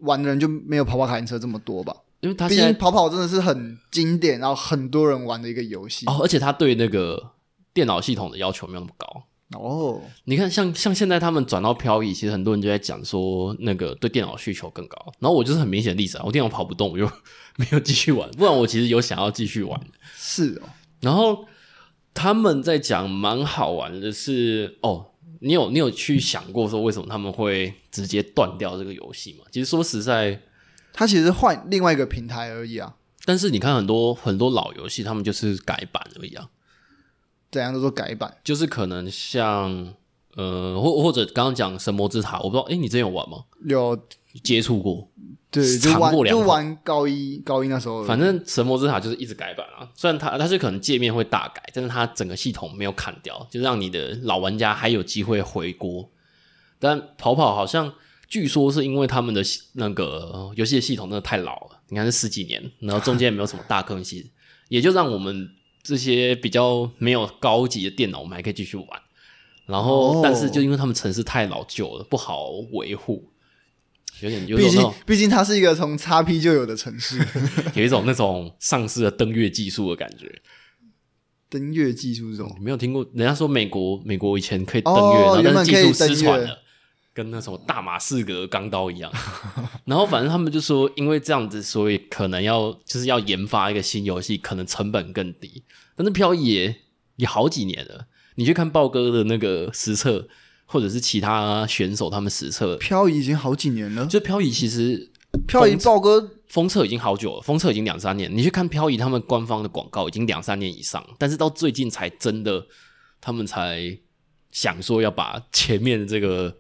[SPEAKER 1] 玩的人就没有跑跑卡丁车这么多吧？
[SPEAKER 2] 因为他
[SPEAKER 1] 毕
[SPEAKER 2] 现
[SPEAKER 1] 竟
[SPEAKER 2] 在
[SPEAKER 1] 跑跑真的是很经典，然后很多人玩的一个游戏。
[SPEAKER 2] 哦，而且他对那个电脑系统的要求没有那么高。
[SPEAKER 1] 哦，
[SPEAKER 2] 你看，像像现在他们转到漂移，其实很多人就在讲说，那个对电脑需求更高。然后我就是很明显的例子啊，我电脑跑不动，我就 *laughs* 没有继续玩。不然我其实有想要继续玩。
[SPEAKER 1] 是哦，
[SPEAKER 2] 然后他们在讲蛮好玩的是，哦，你有你有去想过说为什么他们会直接断掉这个游戏吗？其实说实在，
[SPEAKER 1] 它其实换另外一个平台而已啊，
[SPEAKER 2] 但是你看很多很多老游戏，他们就是改版而已啊，
[SPEAKER 1] 怎样都说改版。
[SPEAKER 2] 就是可能像呃，或或者刚刚讲神魔之塔，我不知道，哎、你之前有玩吗？
[SPEAKER 1] 有
[SPEAKER 2] 接触过？
[SPEAKER 1] 对，就
[SPEAKER 2] 尝
[SPEAKER 1] 玩
[SPEAKER 2] 过两
[SPEAKER 1] 就
[SPEAKER 2] 款
[SPEAKER 1] 玩高一高一那时候，
[SPEAKER 2] 反正神魔之塔就是一直改版啊，虽然它它是可能界面会大改，但是它整个系统没有砍掉，就让你的老玩家还有机会回锅。但跑跑好像据说是因为他们的系那个游戏的系统真的太老了，你看是十几年，然后中间也没有什么大更新， *laughs* 也就让我们这些比较没有高级的电脑，我们还可以继续玩。然后，
[SPEAKER 1] 哦
[SPEAKER 2] 但是就因为他们城市太老旧了，不好维护，有点有
[SPEAKER 1] 毕
[SPEAKER 2] 种那
[SPEAKER 1] 竟
[SPEAKER 2] 种
[SPEAKER 1] 毕竟它是一个从 x P 就有的城市，
[SPEAKER 2] 有一种那种丧失了登月技术的感觉。
[SPEAKER 1] 登月技术这种
[SPEAKER 2] 你没有听过？人家说美国美国以前可以登
[SPEAKER 1] 哦原
[SPEAKER 2] 月，然后
[SPEAKER 1] 本
[SPEAKER 2] 但是技
[SPEAKER 1] 可
[SPEAKER 2] 术
[SPEAKER 1] 以登
[SPEAKER 2] 失传
[SPEAKER 1] 月
[SPEAKER 2] 了，跟那什么大马士革钢刀一样。然后反正他们就说，因为这样子，所以可能要就是要研发一个新游戏，可能成本更低。但是漂移也也好几年了，你去看豹哥的那个实测，或者是其他选手他们实测，
[SPEAKER 1] 漂移已经好几年了，
[SPEAKER 2] 就漂移其实
[SPEAKER 1] 漂移豹
[SPEAKER 2] *laughs*
[SPEAKER 1] 哥
[SPEAKER 2] 封测已经好久了，封测已经两三年。你去看漂移他们官方的广告，已经两三年以上，但是到最近才真的，他们才想说要把前面的这个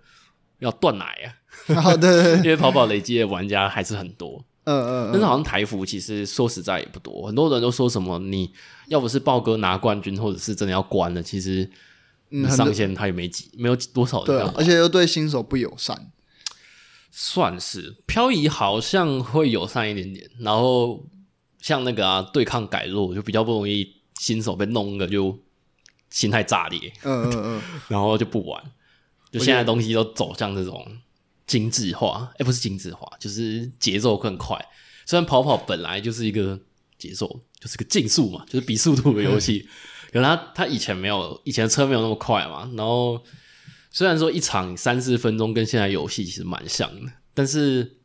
[SPEAKER 2] 要断奶啊， *laughs*
[SPEAKER 1] 啊，对对对，
[SPEAKER 2] 因为跑跑累积的玩家还是很多。
[SPEAKER 1] 嗯嗯，嗯
[SPEAKER 2] 但 *laughs* 是好像台服其实说实在也不多，很多人都说什么你要不是豹哥拿冠军，或者是真的要关了，其实
[SPEAKER 1] 嗯
[SPEAKER 2] 你
[SPEAKER 1] 很多
[SPEAKER 2] 上线他也没几没有多少人
[SPEAKER 1] 对
[SPEAKER 2] 要
[SPEAKER 1] 啊
[SPEAKER 2] 玩，
[SPEAKER 1] 而且又对新手不友善。
[SPEAKER 2] 算是漂移，好像会友善一点点。然后像那个啊，对抗改弱就比较不容易，新手被弄了就心态炸裂，
[SPEAKER 1] 嗯嗯嗯， *laughs*
[SPEAKER 2] 然后就不玩。就现在东西都走向这种精致化，哎、不是精致化，就是节奏更快。虽然跑跑本来就是一个节奏，就是个竞速嘛，就是比速度的
[SPEAKER 1] *laughs*
[SPEAKER 2] 游戏。可是它它以前没有，以前的车没有那么快嘛。然后虽然说一场三四分钟跟现在游戏其实蛮像的，但是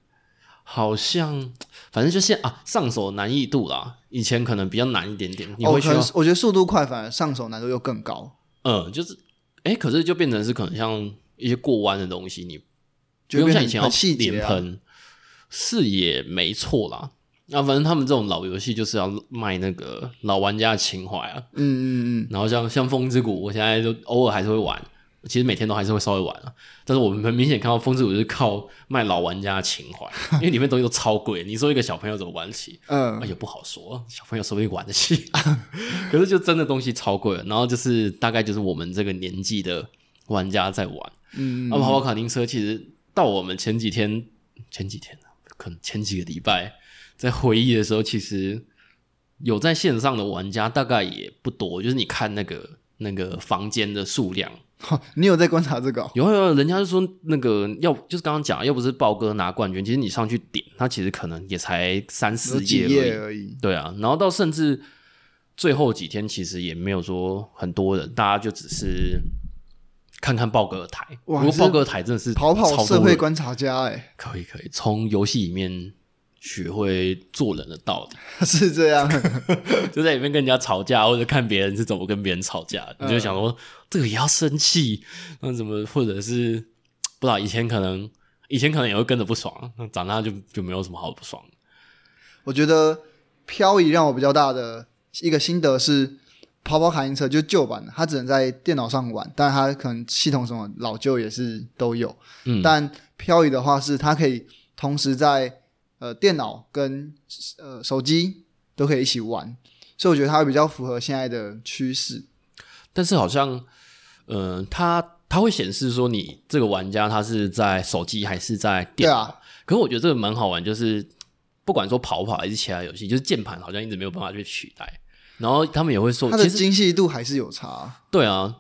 [SPEAKER 2] 好像反正就现啊上手难易度啦，以前可能比较难一点点， *laughs* 你
[SPEAKER 1] 哦
[SPEAKER 2] 会需
[SPEAKER 1] 可
[SPEAKER 2] 要、
[SPEAKER 1] 能我觉得速度快，反而上手难度又更高，
[SPEAKER 2] 嗯，就是哎、可是就变成是可能像一些过弯的东西，你不
[SPEAKER 1] 就
[SPEAKER 2] 用
[SPEAKER 1] 变
[SPEAKER 2] 像
[SPEAKER 1] 成
[SPEAKER 2] 以前要
[SPEAKER 1] 很细节
[SPEAKER 2] 连
[SPEAKER 1] 啊。
[SPEAKER 2] 喷，是也没错啦。那、反正他们这种老游戏就是要卖那个老玩家的情怀啊。
[SPEAKER 1] 嗯嗯嗯，
[SPEAKER 2] 然后像像风之谷，我现在就偶尔还是会玩，其实每天都还是会稍微玩啊，但是我们很明显看到《风之舞》就是靠卖老玩家的情怀，因为里面东西都超贵，你说一个小朋友怎么玩得起？
[SPEAKER 1] 嗯
[SPEAKER 2] 啊，也不好说，小朋友说不定玩得起， *laughs* 可是就真的东西超贵了。然后就是大概就是我们这个年纪的玩家在玩。
[SPEAKER 1] 嗯
[SPEAKER 2] 那么跑跑卡丁车其实到我们前几天，前几天啊可能前几个礼拜在回忆的时候，其实有在线上的玩家大概也不多，就是你看那个那个房间的数量，
[SPEAKER 1] 哦你有在观察这个、哦？
[SPEAKER 2] 有啊有啊，人家就说那个要就是刚刚讲，要不是豹哥拿冠军，其实你上去点，他其实可能也才三
[SPEAKER 1] 有
[SPEAKER 2] *laughs* 四
[SPEAKER 1] 几
[SPEAKER 2] 页
[SPEAKER 1] 页
[SPEAKER 2] 而已。
[SPEAKER 1] 而已。
[SPEAKER 2] 对啊，然后到甚至最后几天，其实也没有说很多人，大家就只是看看豹哥的台。
[SPEAKER 1] 哇
[SPEAKER 2] 不过
[SPEAKER 1] 还是
[SPEAKER 2] 豹哥的台真的是
[SPEAKER 1] 跑跑
[SPEAKER 2] 超
[SPEAKER 1] 社
[SPEAKER 2] 多
[SPEAKER 1] 会
[SPEAKER 2] 人
[SPEAKER 1] 观察家、欸，
[SPEAKER 2] 可以可以，从游戏里面学会做人的道理，
[SPEAKER 1] 哎， *laughs* 是这
[SPEAKER 2] *laughs*
[SPEAKER 1] 样。
[SPEAKER 2] 就在里面跟人家吵架，或者看别人是怎么跟别人吵架，你
[SPEAKER 1] 嗯
[SPEAKER 2] 就想说这个也要生气，那怎么或者是不知道以前可能以前可能也会跟着不爽，那长大就就没有什么好不爽。
[SPEAKER 1] 我觉得漂移让我比较大的一个心得是，跑跑卡丁车就是旧版的，它只能在电脑上玩，但它可能系统什么老旧也是都有。
[SPEAKER 2] 嗯
[SPEAKER 1] 但漂移的话是它可以同时在呃电脑跟呃手机都可以一起玩，所以我觉得它会比较符合现在的趋势。
[SPEAKER 2] 但是好像，呃，它它会显示说你这个玩家他是在手机还是在
[SPEAKER 1] 对
[SPEAKER 2] 电脑。
[SPEAKER 1] 啊，
[SPEAKER 2] 可是我觉得这个蛮好玩，就是不管说跑跑还是其他游戏，就是键盘好像一直没有办法去取代。然后他们也会说，
[SPEAKER 1] 它的
[SPEAKER 2] 哦其实
[SPEAKER 1] 精细度还是有差。
[SPEAKER 2] 对啊，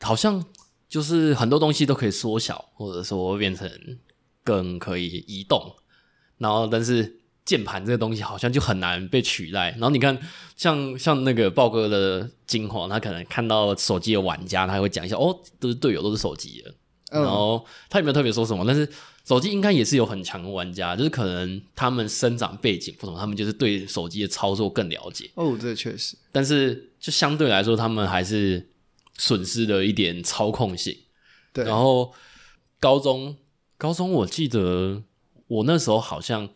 [SPEAKER 2] 好像就是很多东西都可以缩小，或者说变成更可以移动。然后，但是键盘这个东西好像就很难被取代。然后你看，像像那个豹哥的金黄，他可能看到手机的玩家，他会讲一下哦，都是队友都是手机的。
[SPEAKER 1] 嗯
[SPEAKER 2] 然后他也没有特别说什么，但是手机应该也是有很强的玩家，就是可能他们生长背景不同，他们就是对手机的操作更了解。
[SPEAKER 1] 哦，这确实，
[SPEAKER 2] 但是就相对来说，他们还是损失了一点操控性。
[SPEAKER 1] 对，
[SPEAKER 2] 然后高中，高中我记得我那时候好像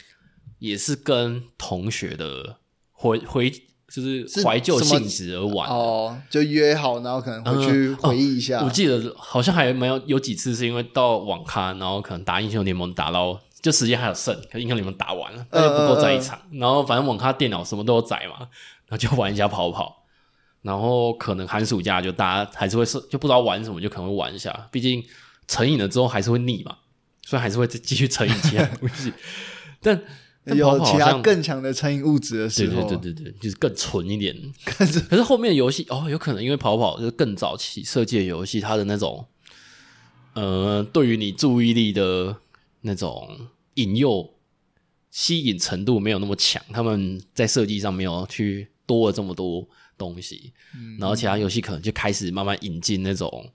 [SPEAKER 2] 也是跟同学的回回就是
[SPEAKER 1] 是
[SPEAKER 2] 怀旧
[SPEAKER 1] 什么
[SPEAKER 2] 性质而玩的。
[SPEAKER 1] 哦，就约好，然后可能回去
[SPEAKER 2] 嗯
[SPEAKER 1] 回忆一下。
[SPEAKER 2] 我记得好像还没有有几次是因为到网咖，然后可能打英雄联盟打到就时间还有剩，可是英雄联盟打完了，那就不够在一场。然后反正网咖电脑什么都有载嘛，然后就玩一下跑跑。然后可能寒暑假就大家还是会是就不知道玩什么，就可能会玩一下。毕竟成瘾了之后还是会腻嘛，所以还是会继续成瘾其他东西。但但跑
[SPEAKER 1] 有
[SPEAKER 2] 跑
[SPEAKER 1] 其
[SPEAKER 2] 好
[SPEAKER 1] 他
[SPEAKER 2] 像
[SPEAKER 1] 更强的成瘾物质的
[SPEAKER 2] 对
[SPEAKER 1] 时
[SPEAKER 2] 对
[SPEAKER 1] 候，啊
[SPEAKER 2] 对对对，就是更纯
[SPEAKER 1] *laughs*
[SPEAKER 2] 一点。可是后面的游戏哦，有可能因为跑跑就是更早期设计的游戏，它的那种呃，对于你注意力的那种引诱、吸引程度没有那么强，他们在设计上没有去多了这么多东西。
[SPEAKER 1] 嗯
[SPEAKER 2] 然后其他游戏可能就开始慢慢引进那种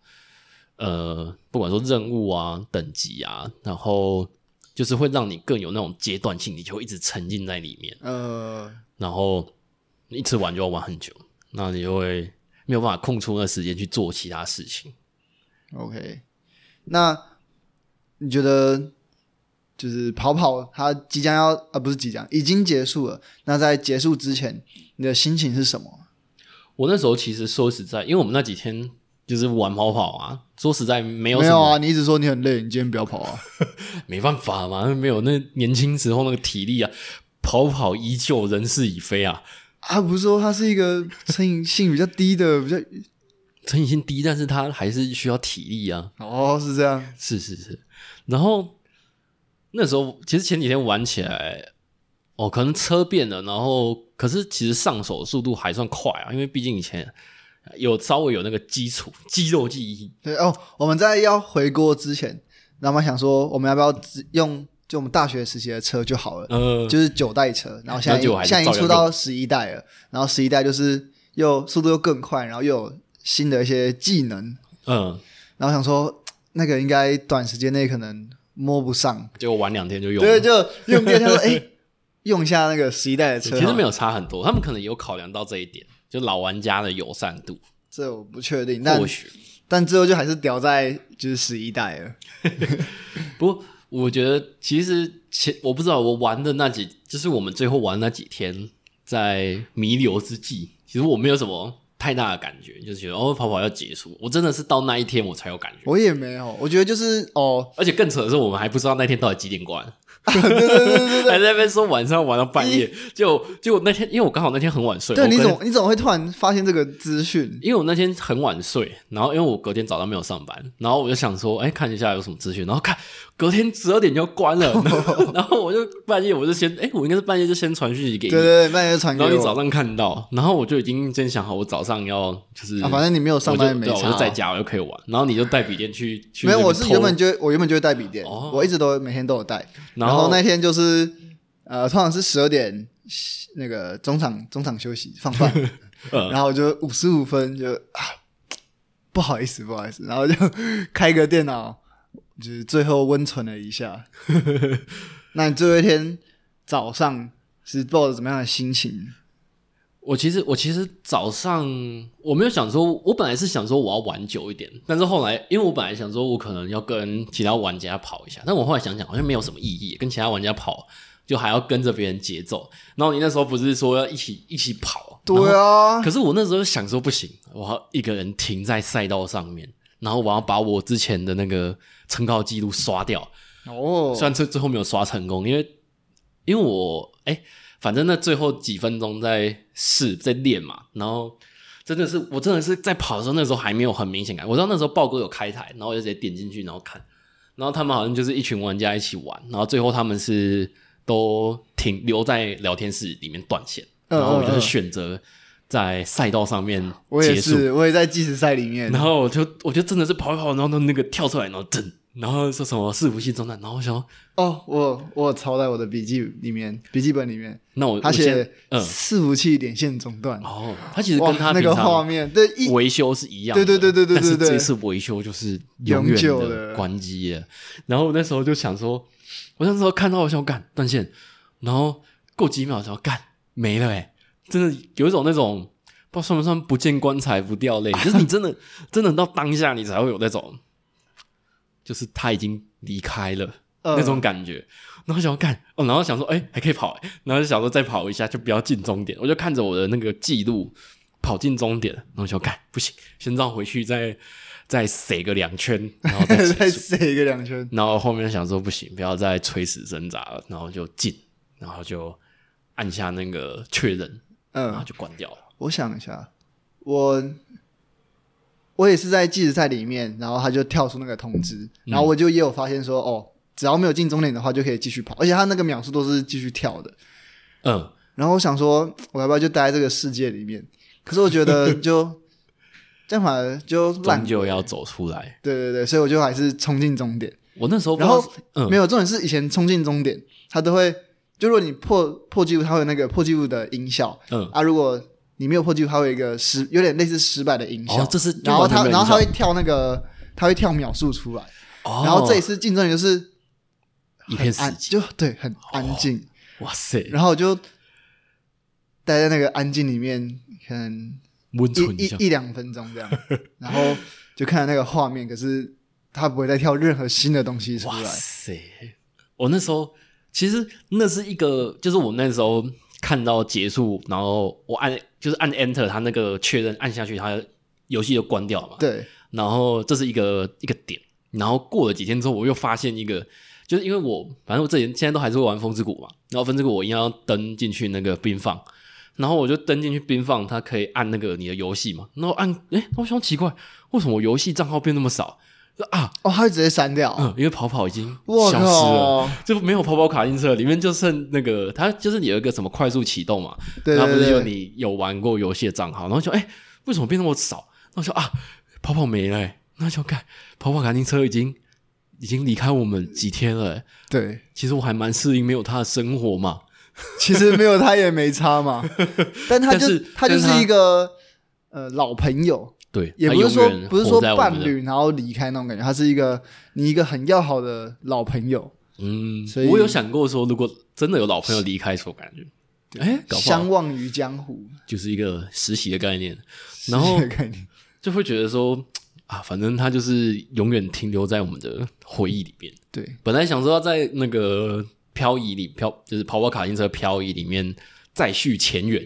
[SPEAKER 2] 呃，不管说任务啊、等级啊，然后就是会让你更有那种阶段性，你就会一直沉浸在里面。
[SPEAKER 1] 呃，
[SPEAKER 2] 然后一次玩就要玩很久，那你就会没有办法空出那时间去做其他事情。
[SPEAKER 1] OK，那你觉得就是跑跑它即将要啊不是即将已经结束了？那在结束之前，你的心情是什么？
[SPEAKER 2] 我那时候其实说实在，因为我们那几天就是玩跑跑啊，说实在没
[SPEAKER 1] 没
[SPEAKER 2] 有什么，
[SPEAKER 1] 啊，你一直说你很累，你今天不要跑啊。
[SPEAKER 2] 没办法嘛，没有那年轻时候那个体力啊，跑跑依旧人事已非啊，
[SPEAKER 1] *laughs* 啊，不是说它是一个成瘾性比较低的，比较
[SPEAKER 2] 陈以性低，但是他还是需要体力啊。
[SPEAKER 1] 哦是这样，
[SPEAKER 2] 是是是，然后那时候其实前几天玩起来，哦，可能车变了，然后可是其实上手速度还算快啊，因为毕竟以前有稍微有那个基础肌肉记忆，
[SPEAKER 1] 对哦。我们在要回国之前，然后我们想说我们要不要只用就我们大学时期的车就好了。
[SPEAKER 2] 呃，
[SPEAKER 1] 就是九代车，然后现在
[SPEAKER 2] 那结果还是
[SPEAKER 1] 现在已经
[SPEAKER 2] 照
[SPEAKER 1] 出
[SPEAKER 2] 样
[SPEAKER 1] 到十一代了，然后十一代就是又速度又更快，然后又有新的一些技能，
[SPEAKER 2] 嗯，
[SPEAKER 1] 然后想说那个应该短时间内可能摸不上，
[SPEAKER 2] 结果玩两天就用
[SPEAKER 1] 对，
[SPEAKER 2] 了。
[SPEAKER 1] 就用电
[SPEAKER 2] *laughs*
[SPEAKER 1] 他说哎、用一下那个十一代的车好
[SPEAKER 2] 其
[SPEAKER 1] 了，
[SPEAKER 2] 实没有差很多，他们可能有考量到这一点，就老玩家的友善度，
[SPEAKER 1] 这我不确定，但
[SPEAKER 2] 或许。
[SPEAKER 1] 但最后就还是屌在就是十一代了，
[SPEAKER 2] 不过我觉得其实前我不知道我玩的那几，就是我们最后玩的那几天，在弥留之际，其实我没有什么太大的感觉，就是觉得哦跑跑要结束。我真的是到那一天我才有感觉，
[SPEAKER 1] 我也没有，我觉得就是哦，
[SPEAKER 2] 而且更扯的是，我们还不知道那天到底几
[SPEAKER 1] *laughs*
[SPEAKER 2] 点关，
[SPEAKER 1] 对对对对
[SPEAKER 2] 还在那边说晚上玩到半夜。就就那天，因为我刚好那天很晚睡，
[SPEAKER 1] 对，
[SPEAKER 2] 我
[SPEAKER 1] 你
[SPEAKER 2] 跟
[SPEAKER 1] 怎么你怎么会突然发现这个资讯？
[SPEAKER 2] 因为我那天很晚睡，然后因为我隔天早上没有上班，然后我就想说，哎，看一下有什么资讯，然后看隔天十二点就关
[SPEAKER 1] *laughs*
[SPEAKER 2] 了，然后我就半夜我就先，哎，我应该是半夜就先传讯息给
[SPEAKER 1] 对
[SPEAKER 2] 你，
[SPEAKER 1] 对对，半夜传给
[SPEAKER 2] 然后你早
[SPEAKER 1] 我，
[SPEAKER 2] 上看到，然后我就已经先想好我早上要就是，
[SPEAKER 1] 啊，反正你没有上班也
[SPEAKER 2] 我就
[SPEAKER 1] 没
[SPEAKER 2] 对
[SPEAKER 1] 差
[SPEAKER 2] 我就在
[SPEAKER 1] 啊。
[SPEAKER 2] 家我就可以玩，然后你就带笔电去去
[SPEAKER 1] 没有，
[SPEAKER 2] 那边
[SPEAKER 1] 我是
[SPEAKER 2] 偷
[SPEAKER 1] 原本就我原本就会带笔电，
[SPEAKER 2] 哦
[SPEAKER 1] 我一直都每天都有带。
[SPEAKER 2] 然
[SPEAKER 1] 然后那天就是呃，通常是十二点那个中场中场休息放饭，
[SPEAKER 2] *laughs* 嗯
[SPEAKER 1] 然后我就五十五分就啊，不好意思不好意思，然后就 *laughs* 开个电脑，就是最后温存了一下。
[SPEAKER 2] *laughs*
[SPEAKER 1] 那你最后一天早上是抱着怎么样的心情？
[SPEAKER 2] 我其实我其实早上我没有想说，我本来是想说我要玩久一点，但是后来因为我本来想说我可能要跟其他玩家跑一下，但我后来想想好像没有什么意义，跟其他玩家跑就还要跟着别人节奏。然后你那时候不是说要一起一起跑？
[SPEAKER 1] 对啊，
[SPEAKER 2] 可是我那时候想说不行，我要一个人停在赛道上面，然后我要把我之前的那个称号记录刷掉。
[SPEAKER 1] 哦，
[SPEAKER 2] 虽然最最后没有刷成功，因为因为我哎、反正那最后几分钟在试在练嘛，然后真的是我真的是在跑的时候，那时候还没有很明显感，我知道那时候豹哥有开台，然后我就直接点进去然后看，然后他们好像就是一群玩家一起玩，然后最后他们是都停留在聊天室里面断线，
[SPEAKER 1] 嗯
[SPEAKER 2] 然后我就
[SPEAKER 1] 嗯
[SPEAKER 2] 是
[SPEAKER 1] 嗯
[SPEAKER 2] 选择在赛道上面
[SPEAKER 1] 我也
[SPEAKER 2] 结束。
[SPEAKER 1] 是，我也在计时赛里面
[SPEAKER 2] 然。后我就我就真的是跑一跑，然后那个跳出来，然后震，然后说什么四五系中弹，然后我想说
[SPEAKER 1] 哦，我我抄在我的笔记里面，笔记本里面，
[SPEAKER 2] 那我
[SPEAKER 1] 他
[SPEAKER 2] 我先
[SPEAKER 1] 写
[SPEAKER 2] 嗯
[SPEAKER 1] 伺服器连线中断。
[SPEAKER 2] 哦，它其实
[SPEAKER 1] 哇
[SPEAKER 2] 跟它
[SPEAKER 1] 那
[SPEAKER 2] 平
[SPEAKER 1] 个
[SPEAKER 2] 常
[SPEAKER 1] 画面，对一 *laughs*
[SPEAKER 2] 维修是一样的，
[SPEAKER 1] 对对对对对对对
[SPEAKER 2] 但是这次维修就是永
[SPEAKER 1] 永
[SPEAKER 2] 远
[SPEAKER 1] 久
[SPEAKER 2] 的
[SPEAKER 1] 的
[SPEAKER 2] 关机了。然后我那时候就想说，我那时候看到我想干断线，然后过几秒想干没了哎、真的有一种那种不知道算不算不见棺材不掉泪，就是你真的真的到当下你才会有那种，就是他已经离开了。
[SPEAKER 1] 呃
[SPEAKER 2] 那种感觉。然后想要干，哦，然后想说，哎、还可以跑、哎然后就想说再跑一下，就不要进终点。我就看着我的那个记录跑进终点，然后想干不行，先绕回去再再塞个两圈，然后再
[SPEAKER 1] *laughs*
[SPEAKER 2] 结
[SPEAKER 1] 再
[SPEAKER 2] 束
[SPEAKER 1] 塞一个两圈，
[SPEAKER 2] 然后后面想说不行，不要再垂死挣扎了，然后就进，然后就按下那个确认，然后
[SPEAKER 1] 嗯，
[SPEAKER 2] 就关掉了。
[SPEAKER 1] 我想一下，我我也是在计时赛里面，然后他就跳出那个通知，
[SPEAKER 2] 嗯
[SPEAKER 1] 然后我就也有发现说，哦，只要没有进终点的话，就可以继续跑，而且他那个秒数都是继续跳的。
[SPEAKER 2] 嗯，
[SPEAKER 1] 然后我想说，我要不要就待在这个世界里面？可是我觉得
[SPEAKER 2] *laughs*
[SPEAKER 1] 就这样反而就烂
[SPEAKER 2] 终，究要走出来。
[SPEAKER 1] 对对对，所以我就还是冲进终点。
[SPEAKER 2] 我那时候不知
[SPEAKER 1] 然
[SPEAKER 2] 道
[SPEAKER 1] 后
[SPEAKER 2] 是嗯
[SPEAKER 1] 没有重点是以前冲进终点，他都会就如果你破破纪录，它会有那个破纪录的音效。
[SPEAKER 2] 嗯，
[SPEAKER 1] 啊，如果你没有破纪录，它会有一个失，有点类似失败的音效。
[SPEAKER 2] 哦这是
[SPEAKER 1] 然后
[SPEAKER 2] 就
[SPEAKER 1] 它，
[SPEAKER 2] 完全没有
[SPEAKER 1] 然后它
[SPEAKER 2] 影
[SPEAKER 1] 会跳那个，它会跳秒数出来。
[SPEAKER 2] 哦
[SPEAKER 1] 啊然后这一次竞争就是
[SPEAKER 2] 一片
[SPEAKER 1] 安
[SPEAKER 2] 死，寂，
[SPEAKER 1] 就
[SPEAKER 2] 哦
[SPEAKER 1] 对，很安静。
[SPEAKER 2] 哇塞，
[SPEAKER 1] 然后我就待在那个安静里面，可能
[SPEAKER 2] 温
[SPEAKER 1] 一
[SPEAKER 2] 存一下
[SPEAKER 1] 一一两分钟
[SPEAKER 2] *laughs*
[SPEAKER 1] 这样，然后就看那个画面，可是它不会再跳任何新的东西出
[SPEAKER 2] 哇
[SPEAKER 1] 来。
[SPEAKER 2] 塞！我那时候其实那是一个，就是我那时候看到结束，然后我按就是按 Enter，它那个确认按下去，它游戏就关掉了嘛。。
[SPEAKER 1] 对，
[SPEAKER 2] 然后这是一个一个点，然后过了几天之后，我又发现一个，就是因为我反正我之前现在都还是会玩风之谷嘛，然后风之谷我一定要登进去那个冰放，然后我就登进去冰放，它可以按那个你的游戏嘛，然后按诶，我想奇怪，为什么我游戏账号变那么少？就啊，
[SPEAKER 1] 哦，它会直接删掉。
[SPEAKER 2] 嗯，因为跑跑已经
[SPEAKER 1] 我
[SPEAKER 2] 消失了，
[SPEAKER 1] 靠！
[SPEAKER 2] 就没有跑跑卡丁车，里面就剩那个它就是有一个什么快速启动嘛，
[SPEAKER 1] 对
[SPEAKER 2] 然后不
[SPEAKER 1] 对
[SPEAKER 2] 是有
[SPEAKER 1] 对，
[SPEAKER 2] 你有玩过游戏的账号，然后就哎、为什么变那么少？然后说啊跑跑没了、欸，那就看跑跑卡丁车已经已经离开我们几天了、欸，
[SPEAKER 1] 对，
[SPEAKER 2] 其实我还蛮适应没有他的生活嘛，
[SPEAKER 1] 其实没有他也没差嘛，
[SPEAKER 2] *laughs*
[SPEAKER 1] 但他
[SPEAKER 2] 但
[SPEAKER 1] 就是他就
[SPEAKER 2] 但是
[SPEAKER 1] 是
[SPEAKER 2] 他
[SPEAKER 1] 一个呃老朋友，
[SPEAKER 2] 对，
[SPEAKER 1] 也
[SPEAKER 2] 他
[SPEAKER 1] 不是说
[SPEAKER 2] 永远
[SPEAKER 1] 不是
[SPEAKER 2] 活
[SPEAKER 1] 说
[SPEAKER 2] 在我们
[SPEAKER 1] 伴
[SPEAKER 2] 的，
[SPEAKER 1] 侣然后离开那种感觉，他是一个你一个很要好的老朋友，
[SPEAKER 2] 嗯
[SPEAKER 1] 所以，
[SPEAKER 2] 我有想过说，如果真的有老朋友离开的时候，感觉哎、搞不
[SPEAKER 1] 相
[SPEAKER 2] 好
[SPEAKER 1] 忘于江湖，
[SPEAKER 2] 就是一个实习的概念，然后
[SPEAKER 1] 是这个概念
[SPEAKER 2] 就会觉得说啊，反正他就是永远停留在我们的回忆里面。
[SPEAKER 1] 对
[SPEAKER 2] 本来想说要在那个漂移里漂，就是跑跑卡丁车漂移里面再续前缘，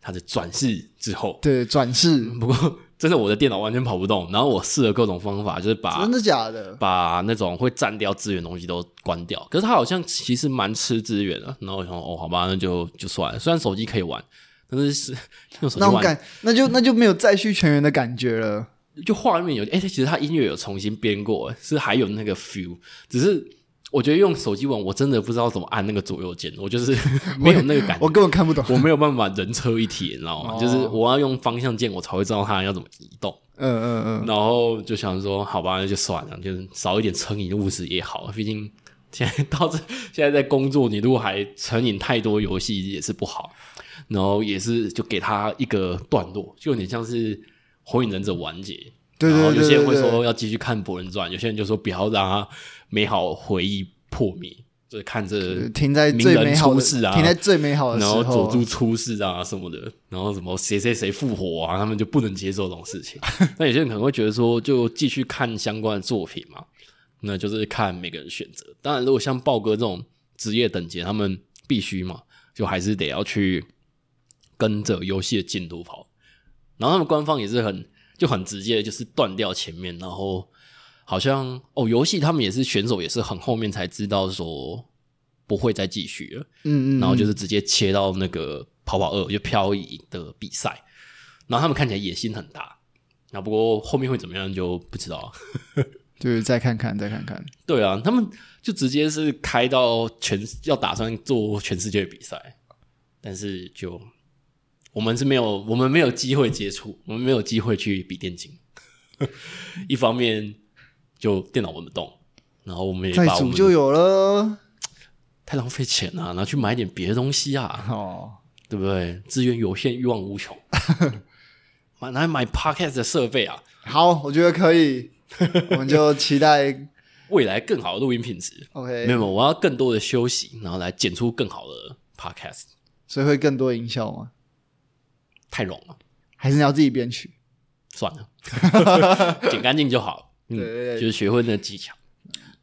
[SPEAKER 2] 它的转世之后。 *laughs*
[SPEAKER 1] 对，转世，
[SPEAKER 2] 不过真的我的电脑完全跑不动，然后我试了各种方法，就是把
[SPEAKER 1] 真的假的？
[SPEAKER 2] 把那种会占掉资源的东西都关掉。可是它好像其实蛮吃资源的，然后我想哦，好吧，那就就算了。虽然手机可以玩，但是 *laughs* 是用手机
[SPEAKER 1] 那种
[SPEAKER 2] 玩
[SPEAKER 1] 感，那就那就没有再续全员的感觉了。
[SPEAKER 2] 就画面有，哎、其实它音乐有重新编过，是还有那个 feel，只是我觉得用手机玩，我真的不知道怎么按那个左右键，我就是 *laughs* 没有那个感觉
[SPEAKER 1] 我。根本看不懂。
[SPEAKER 2] 我没有办法人车一体，你知道吗？
[SPEAKER 1] 哦
[SPEAKER 2] 就是我要用方向键，我才会知道它要怎么移动。
[SPEAKER 1] 嗯嗯嗯，
[SPEAKER 2] 然后就想说，好吧，那就算了，就是少一点成瘾物质也好。毕竟现在到这， *laughs* 现在在工作，你如果还成瘾太多游戏也是不好。然后也是就给他一个段落，就有点像是《火影忍者》完结。
[SPEAKER 1] 对对
[SPEAKER 2] 然后
[SPEAKER 1] 呃对对
[SPEAKER 2] 有些人会
[SPEAKER 1] 对
[SPEAKER 2] 说要继续看《博人传》，有些人就说不要让他美好回忆破灭，就是看着
[SPEAKER 1] 对停在最美好
[SPEAKER 2] 呃名人
[SPEAKER 1] 的，
[SPEAKER 2] 出世啊
[SPEAKER 1] 停在最美好的时
[SPEAKER 2] 然
[SPEAKER 1] 候啊
[SPEAKER 2] 后。佐助出事啊什么的，然后什么谁谁谁复活啊，他们就不能接受这种
[SPEAKER 1] *laughs*
[SPEAKER 2] 事情。那有些人可能会觉得说，就继续看相关的作品嘛，那就是看每个人选择。当然，如果像豹哥这种职业等级，他们必须嘛，就还是得要去跟着游戏的进度跑。然后他们官方也是很就很直接，就是断掉前面，然后好像哦，游戏他们也是选手也是很后面才知道说不会再继续了。
[SPEAKER 1] 嗯嗯，
[SPEAKER 2] 然后就是直接切到那个跑跑二就漂移的比赛，然后他们看起来野心很大，那不过后面会怎么样就不知道了。
[SPEAKER 1] 就是再看看，再看看。
[SPEAKER 2] 对啊，他们就直接是开到全要打算做全世界的比赛，但是就我们是没有我们没有机会接触，我们没有机会去比电竞。 *laughs* 一方面就电脑玩不动，然后我们也
[SPEAKER 1] 再
[SPEAKER 2] 把我
[SPEAKER 1] 组
[SPEAKER 2] 们
[SPEAKER 1] 就有了。
[SPEAKER 2] 太浪费钱了、然后去买点别的东西啊。
[SPEAKER 1] 哦，
[SPEAKER 2] 对不对？资源有限，欲望
[SPEAKER 1] *laughs*
[SPEAKER 2] 无穷。买来买 podcast 的设备啊，
[SPEAKER 1] 好，我觉得可 *laughs* 以，我们就期待。
[SPEAKER 2] 未来更好的录音品质。
[SPEAKER 1] OK，
[SPEAKER 2] 没有，没有我要更多的休息，然后来剪出更好的 podcast。
[SPEAKER 1] 所以会更多营销吗？
[SPEAKER 2] 太冗了，
[SPEAKER 1] 还是你要自己编曲？
[SPEAKER 2] 算了，
[SPEAKER 1] *laughs*
[SPEAKER 2] 剪干净就好。嗯，
[SPEAKER 1] 对对对
[SPEAKER 2] 就是学会那技巧。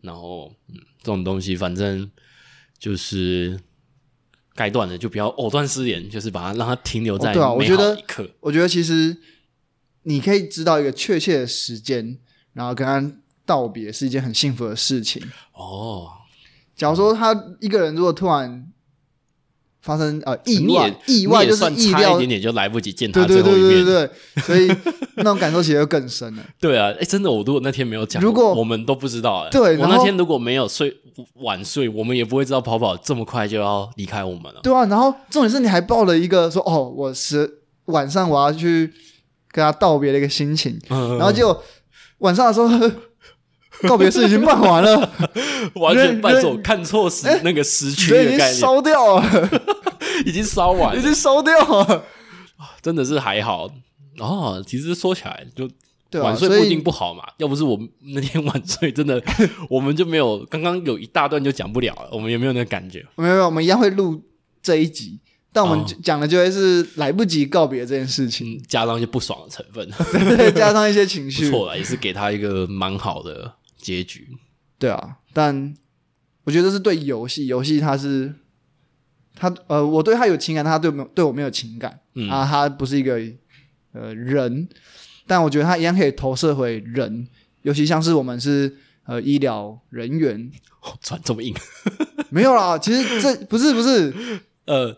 [SPEAKER 2] 然后，嗯，这种东西反正就是该断的就不要藕断丝连，就是把它让它停留在
[SPEAKER 1] 哦对啊我
[SPEAKER 2] 美
[SPEAKER 1] 觉
[SPEAKER 2] 好
[SPEAKER 1] 得
[SPEAKER 2] 一刻。
[SPEAKER 1] 我觉得其实你可以知道一个确切的时间，然后跟他道别是一件很幸福的事情。
[SPEAKER 2] 哦，
[SPEAKER 1] 假如说他一个人如果突然发生呃意
[SPEAKER 2] 你也
[SPEAKER 1] 外，意外
[SPEAKER 2] 你也
[SPEAKER 1] 就是
[SPEAKER 2] 算
[SPEAKER 1] 意
[SPEAKER 2] 差一
[SPEAKER 1] 料，
[SPEAKER 2] 点点就来不及见他
[SPEAKER 1] 对对
[SPEAKER 2] 最
[SPEAKER 1] 对
[SPEAKER 2] 后一
[SPEAKER 1] 对
[SPEAKER 2] 面。
[SPEAKER 1] 对对，所以那种感受其实就更深了。
[SPEAKER 2] 对啊，哎，真的，我如果那天没有讲，
[SPEAKER 1] 如果
[SPEAKER 2] 我们都不知道、哎，
[SPEAKER 1] 对
[SPEAKER 2] 我
[SPEAKER 1] 然
[SPEAKER 2] 那
[SPEAKER 1] 后
[SPEAKER 2] 天如果没有睡晚睡，我们也不会知道跑跑这么快就要离开我们了。
[SPEAKER 1] 对啊，然后重点是你还抱了一个说哦，我十晚上我要去跟他道别的一个心情，
[SPEAKER 2] 嗯
[SPEAKER 1] 然后结果晚上的时候 *laughs* 呵呵告别式已经办完了，
[SPEAKER 2] *laughs* 完全半走
[SPEAKER 1] 人
[SPEAKER 2] 看错时那个时 *laughs* 区
[SPEAKER 1] 所以
[SPEAKER 2] 的
[SPEAKER 1] 已经
[SPEAKER 2] 概念，
[SPEAKER 1] 烧掉了，
[SPEAKER 2] 已经烧完
[SPEAKER 1] 已
[SPEAKER 2] 了，
[SPEAKER 1] 经烧掉了，
[SPEAKER 2] 真的是还好哦。其实说起来，就
[SPEAKER 1] 对啊
[SPEAKER 2] 晚睡
[SPEAKER 1] 所
[SPEAKER 2] 不
[SPEAKER 1] 以
[SPEAKER 2] 一定不好嘛。要不是我们那天晚睡，
[SPEAKER 1] *laughs*
[SPEAKER 2] 真的我们就没有刚刚有一大段就讲不了了，我们也没有那个感觉。
[SPEAKER 1] 没有没有，我们一样会录这一集，但我们
[SPEAKER 2] 哦
[SPEAKER 1] 讲的就会是来不及告别这件事
[SPEAKER 2] *laughs*
[SPEAKER 1] 情，
[SPEAKER 2] 嗯，加上一些不爽的成分，
[SPEAKER 1] 对，加上一些情
[SPEAKER 2] 不
[SPEAKER 1] 绪，
[SPEAKER 2] 错了，也是给他一个蛮好的结局。
[SPEAKER 1] 对啊，但我觉得这是对游戏，游戏它是它呃，我对它有情感，它对没有对我没有情感、
[SPEAKER 2] 嗯
[SPEAKER 1] 啊，它不是一个呃人，但我觉得它一样可以投射回人，尤其像是我们是呃医疗人员，
[SPEAKER 2] 哦转这么硬，
[SPEAKER 1] 没有
[SPEAKER 2] *laughs*
[SPEAKER 1] 啦，其实这不是不是，
[SPEAKER 2] 呃，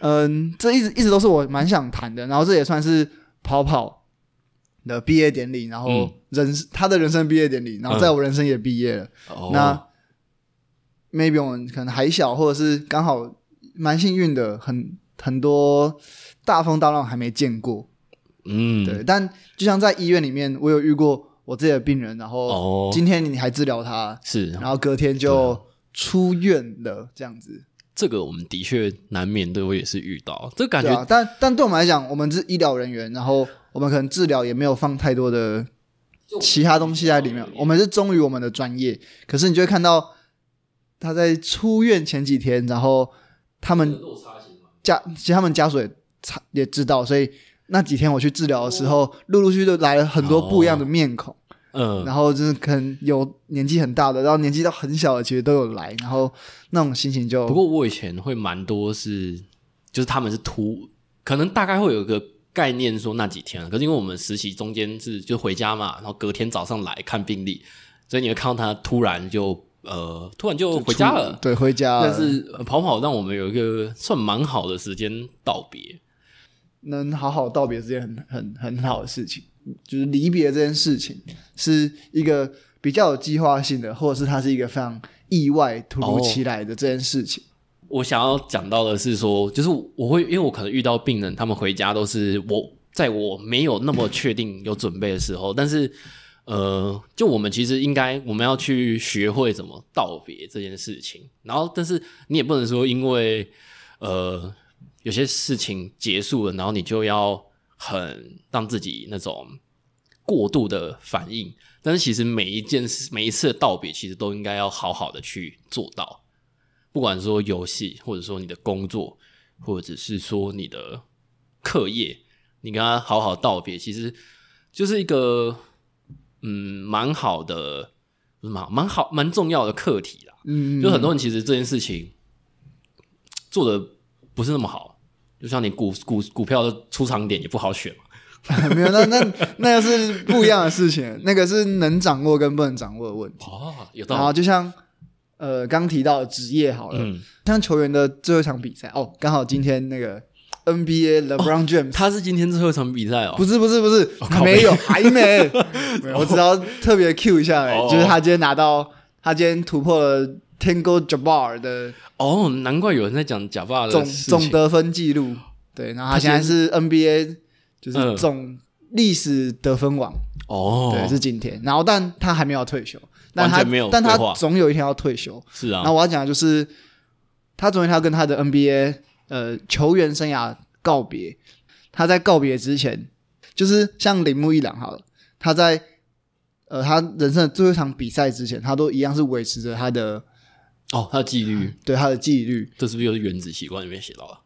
[SPEAKER 1] 嗯、这一直一直都是我蛮想谈的，然后这也算是跑跑的毕业典礼，然后
[SPEAKER 2] 嗯
[SPEAKER 1] 人、他的人生毕业典礼，然后在我人生也毕业了。
[SPEAKER 2] 哦
[SPEAKER 1] 那 maybe 我们可能还小，或者是刚好蛮幸运的，很很多大风大浪还没见过。
[SPEAKER 2] 嗯，
[SPEAKER 1] 对，但就像在医院里面，我有遇过我自己的病人，然后
[SPEAKER 2] 哦，
[SPEAKER 1] 今天你还治疗他，
[SPEAKER 2] 是
[SPEAKER 1] 然后隔天
[SPEAKER 2] 啊
[SPEAKER 1] 就出院了，这样子。
[SPEAKER 2] 这个，我们的确难免对我也是遇到，这感
[SPEAKER 1] 对
[SPEAKER 2] 觉、
[SPEAKER 1] 啊，但但对我们来讲，我们是医疗人员，然后我们可能治疗也没有放太多的其他东西在里
[SPEAKER 2] 哦嗯
[SPEAKER 1] 面，我们是忠于我们的专业。可是你就会看到他在出院前几天，然后他们家其实他们家属也察也知道，所以那几天我去治疗的时
[SPEAKER 2] 哦
[SPEAKER 1] 候，陆陆续续就来了很多不一样的面孔，
[SPEAKER 2] 嗯、
[SPEAKER 1] 然后就是可能有年纪很大的，然后年纪到很小的，其实都有来，然后那种心情就
[SPEAKER 2] 不过我以前会蛮多是，就是他们是突可能大概会有一个概念说那几天，可是因为我们实习中间是就回家嘛，然后隔天早上来看病历，所以你会看到他突然就呃突然就回家了，
[SPEAKER 1] 对，回家了。
[SPEAKER 2] 但是呃跑跑让我们有一个算蛮好的时间道别。
[SPEAKER 1] 能好好道别是件很很很好的事情，就是离别这件事情是一个比较有计划性的，或者是它是一个非常意外、突如其来的这件事情。
[SPEAKER 2] 我想要讲到的是说，就是我会因为我可能遇到病人，他们回家都是我在我没有那么确定有准备的时候，但是呃，就我们其实应该我们要去学会怎么道别这件事情，然后但是你也不能说因为呃有些事情结束了，然后你就要很让自己那种过度的反应，但是其实每一件事每一次的道别，其实都应该要好好的去做到。不管说游戏，或者说你的工作，或者是说你的课业，你跟他好好道别，其实就是一个嗯蛮好的，不是蛮蛮好蛮重要的课题啦。
[SPEAKER 1] 嗯， *laughs*
[SPEAKER 2] 就很多人其实这件事情做的不是那么好，就像你股股股票的出场点也不好选嘛。
[SPEAKER 1] 没有，那那那个是不一样的事情，那个是能掌握跟不能掌握的问题。
[SPEAKER 2] 哦，有
[SPEAKER 1] 然
[SPEAKER 2] 道
[SPEAKER 1] 后
[SPEAKER 2] 理。
[SPEAKER 1] 就像呃刚提到的职业好了，
[SPEAKER 2] 嗯，
[SPEAKER 1] 像球员的最后一场比赛哦，刚好今天那个 NBA LeBron James、
[SPEAKER 2] 他是今天最后一场比赛哦。
[SPEAKER 1] 不是不是不是，
[SPEAKER 2] 靠
[SPEAKER 1] 没有，
[SPEAKER 2] *laughs*
[SPEAKER 1] 还没。没有我只要特别 Q 一下、欸，
[SPEAKER 2] 哦
[SPEAKER 1] 就是他今天拿到，他今天突破了 Tango Jabbar 的
[SPEAKER 2] 哦，难怪有人在讲假发的
[SPEAKER 1] 总
[SPEAKER 2] 事
[SPEAKER 1] 总
[SPEAKER 2] 情
[SPEAKER 1] 得分记录，对，然后他
[SPEAKER 2] 他
[SPEAKER 1] 现
[SPEAKER 2] 现
[SPEAKER 1] 在
[SPEAKER 2] 在
[SPEAKER 1] 是 NBA 就
[SPEAKER 2] 嗯
[SPEAKER 1] 是总历史得分王，
[SPEAKER 2] 哦，
[SPEAKER 1] 对，是今天。然后但他还没有退休，但
[SPEAKER 2] 完
[SPEAKER 1] 他
[SPEAKER 2] 全没有
[SPEAKER 1] 但他
[SPEAKER 2] 规划
[SPEAKER 1] 总有一天要退休。
[SPEAKER 2] 是啊
[SPEAKER 1] 然，后我要讲的就是，他总有一天要跟他的 NBA 呃球员生涯告别。他在告别之前，就是像铃木一朗好了，他在呃他人生的最后一场比赛之前，他都一样是维持着他的
[SPEAKER 2] 哦，他的纪律，
[SPEAKER 1] 对他的纪律。
[SPEAKER 2] 这是不是又是原子习惯里面写到了？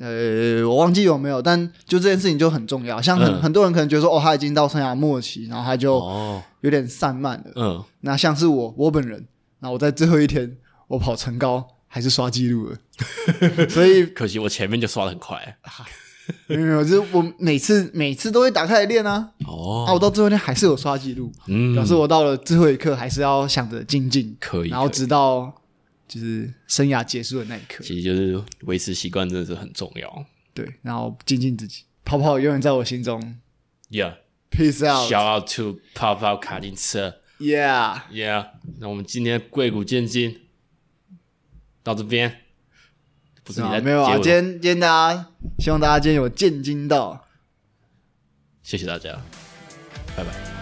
[SPEAKER 1] 呃，我忘记有没有，但就这件事情就很重要。像很、
[SPEAKER 2] 嗯
[SPEAKER 1] 很多人可能觉得说，哦，他已经到生涯末期，然后他就
[SPEAKER 2] 哦，
[SPEAKER 1] 有点散漫了。
[SPEAKER 2] 嗯，
[SPEAKER 1] 那像是我我本人，那我在最后一天我跑成高还是刷记录了，
[SPEAKER 2] *laughs*
[SPEAKER 1] 所以
[SPEAKER 2] 可惜我前面就刷的很快。
[SPEAKER 1] 没有没有，就是我每次每次都会打开来练啊，啊，
[SPEAKER 2] 哦，
[SPEAKER 1] 我到最后一天还是有刷记录，
[SPEAKER 2] 嗯，
[SPEAKER 1] 表示我到了最后一刻还是要想着精进，
[SPEAKER 2] 可以，
[SPEAKER 1] 然后
[SPEAKER 2] 可以
[SPEAKER 1] 直到就是生涯结束的那一刻，
[SPEAKER 2] 其实就是维持习惯真的是很重要。
[SPEAKER 1] 对，然后精进自己，跑跑永远在我心中
[SPEAKER 2] Yeah,
[SPEAKER 1] ，peace
[SPEAKER 2] shout out to 泡泡卡丁车。
[SPEAKER 1] out，yeah，
[SPEAKER 2] Yeah，那我们今天贵谷见金到这边，不
[SPEAKER 1] 是
[SPEAKER 2] 是你
[SPEAKER 1] 吗
[SPEAKER 2] 在？
[SPEAKER 1] 没有啊，
[SPEAKER 2] 结
[SPEAKER 1] 今
[SPEAKER 2] 尾
[SPEAKER 1] 天今天大家希望大家今天有见精到，
[SPEAKER 2] 谢谢大家，拜拜。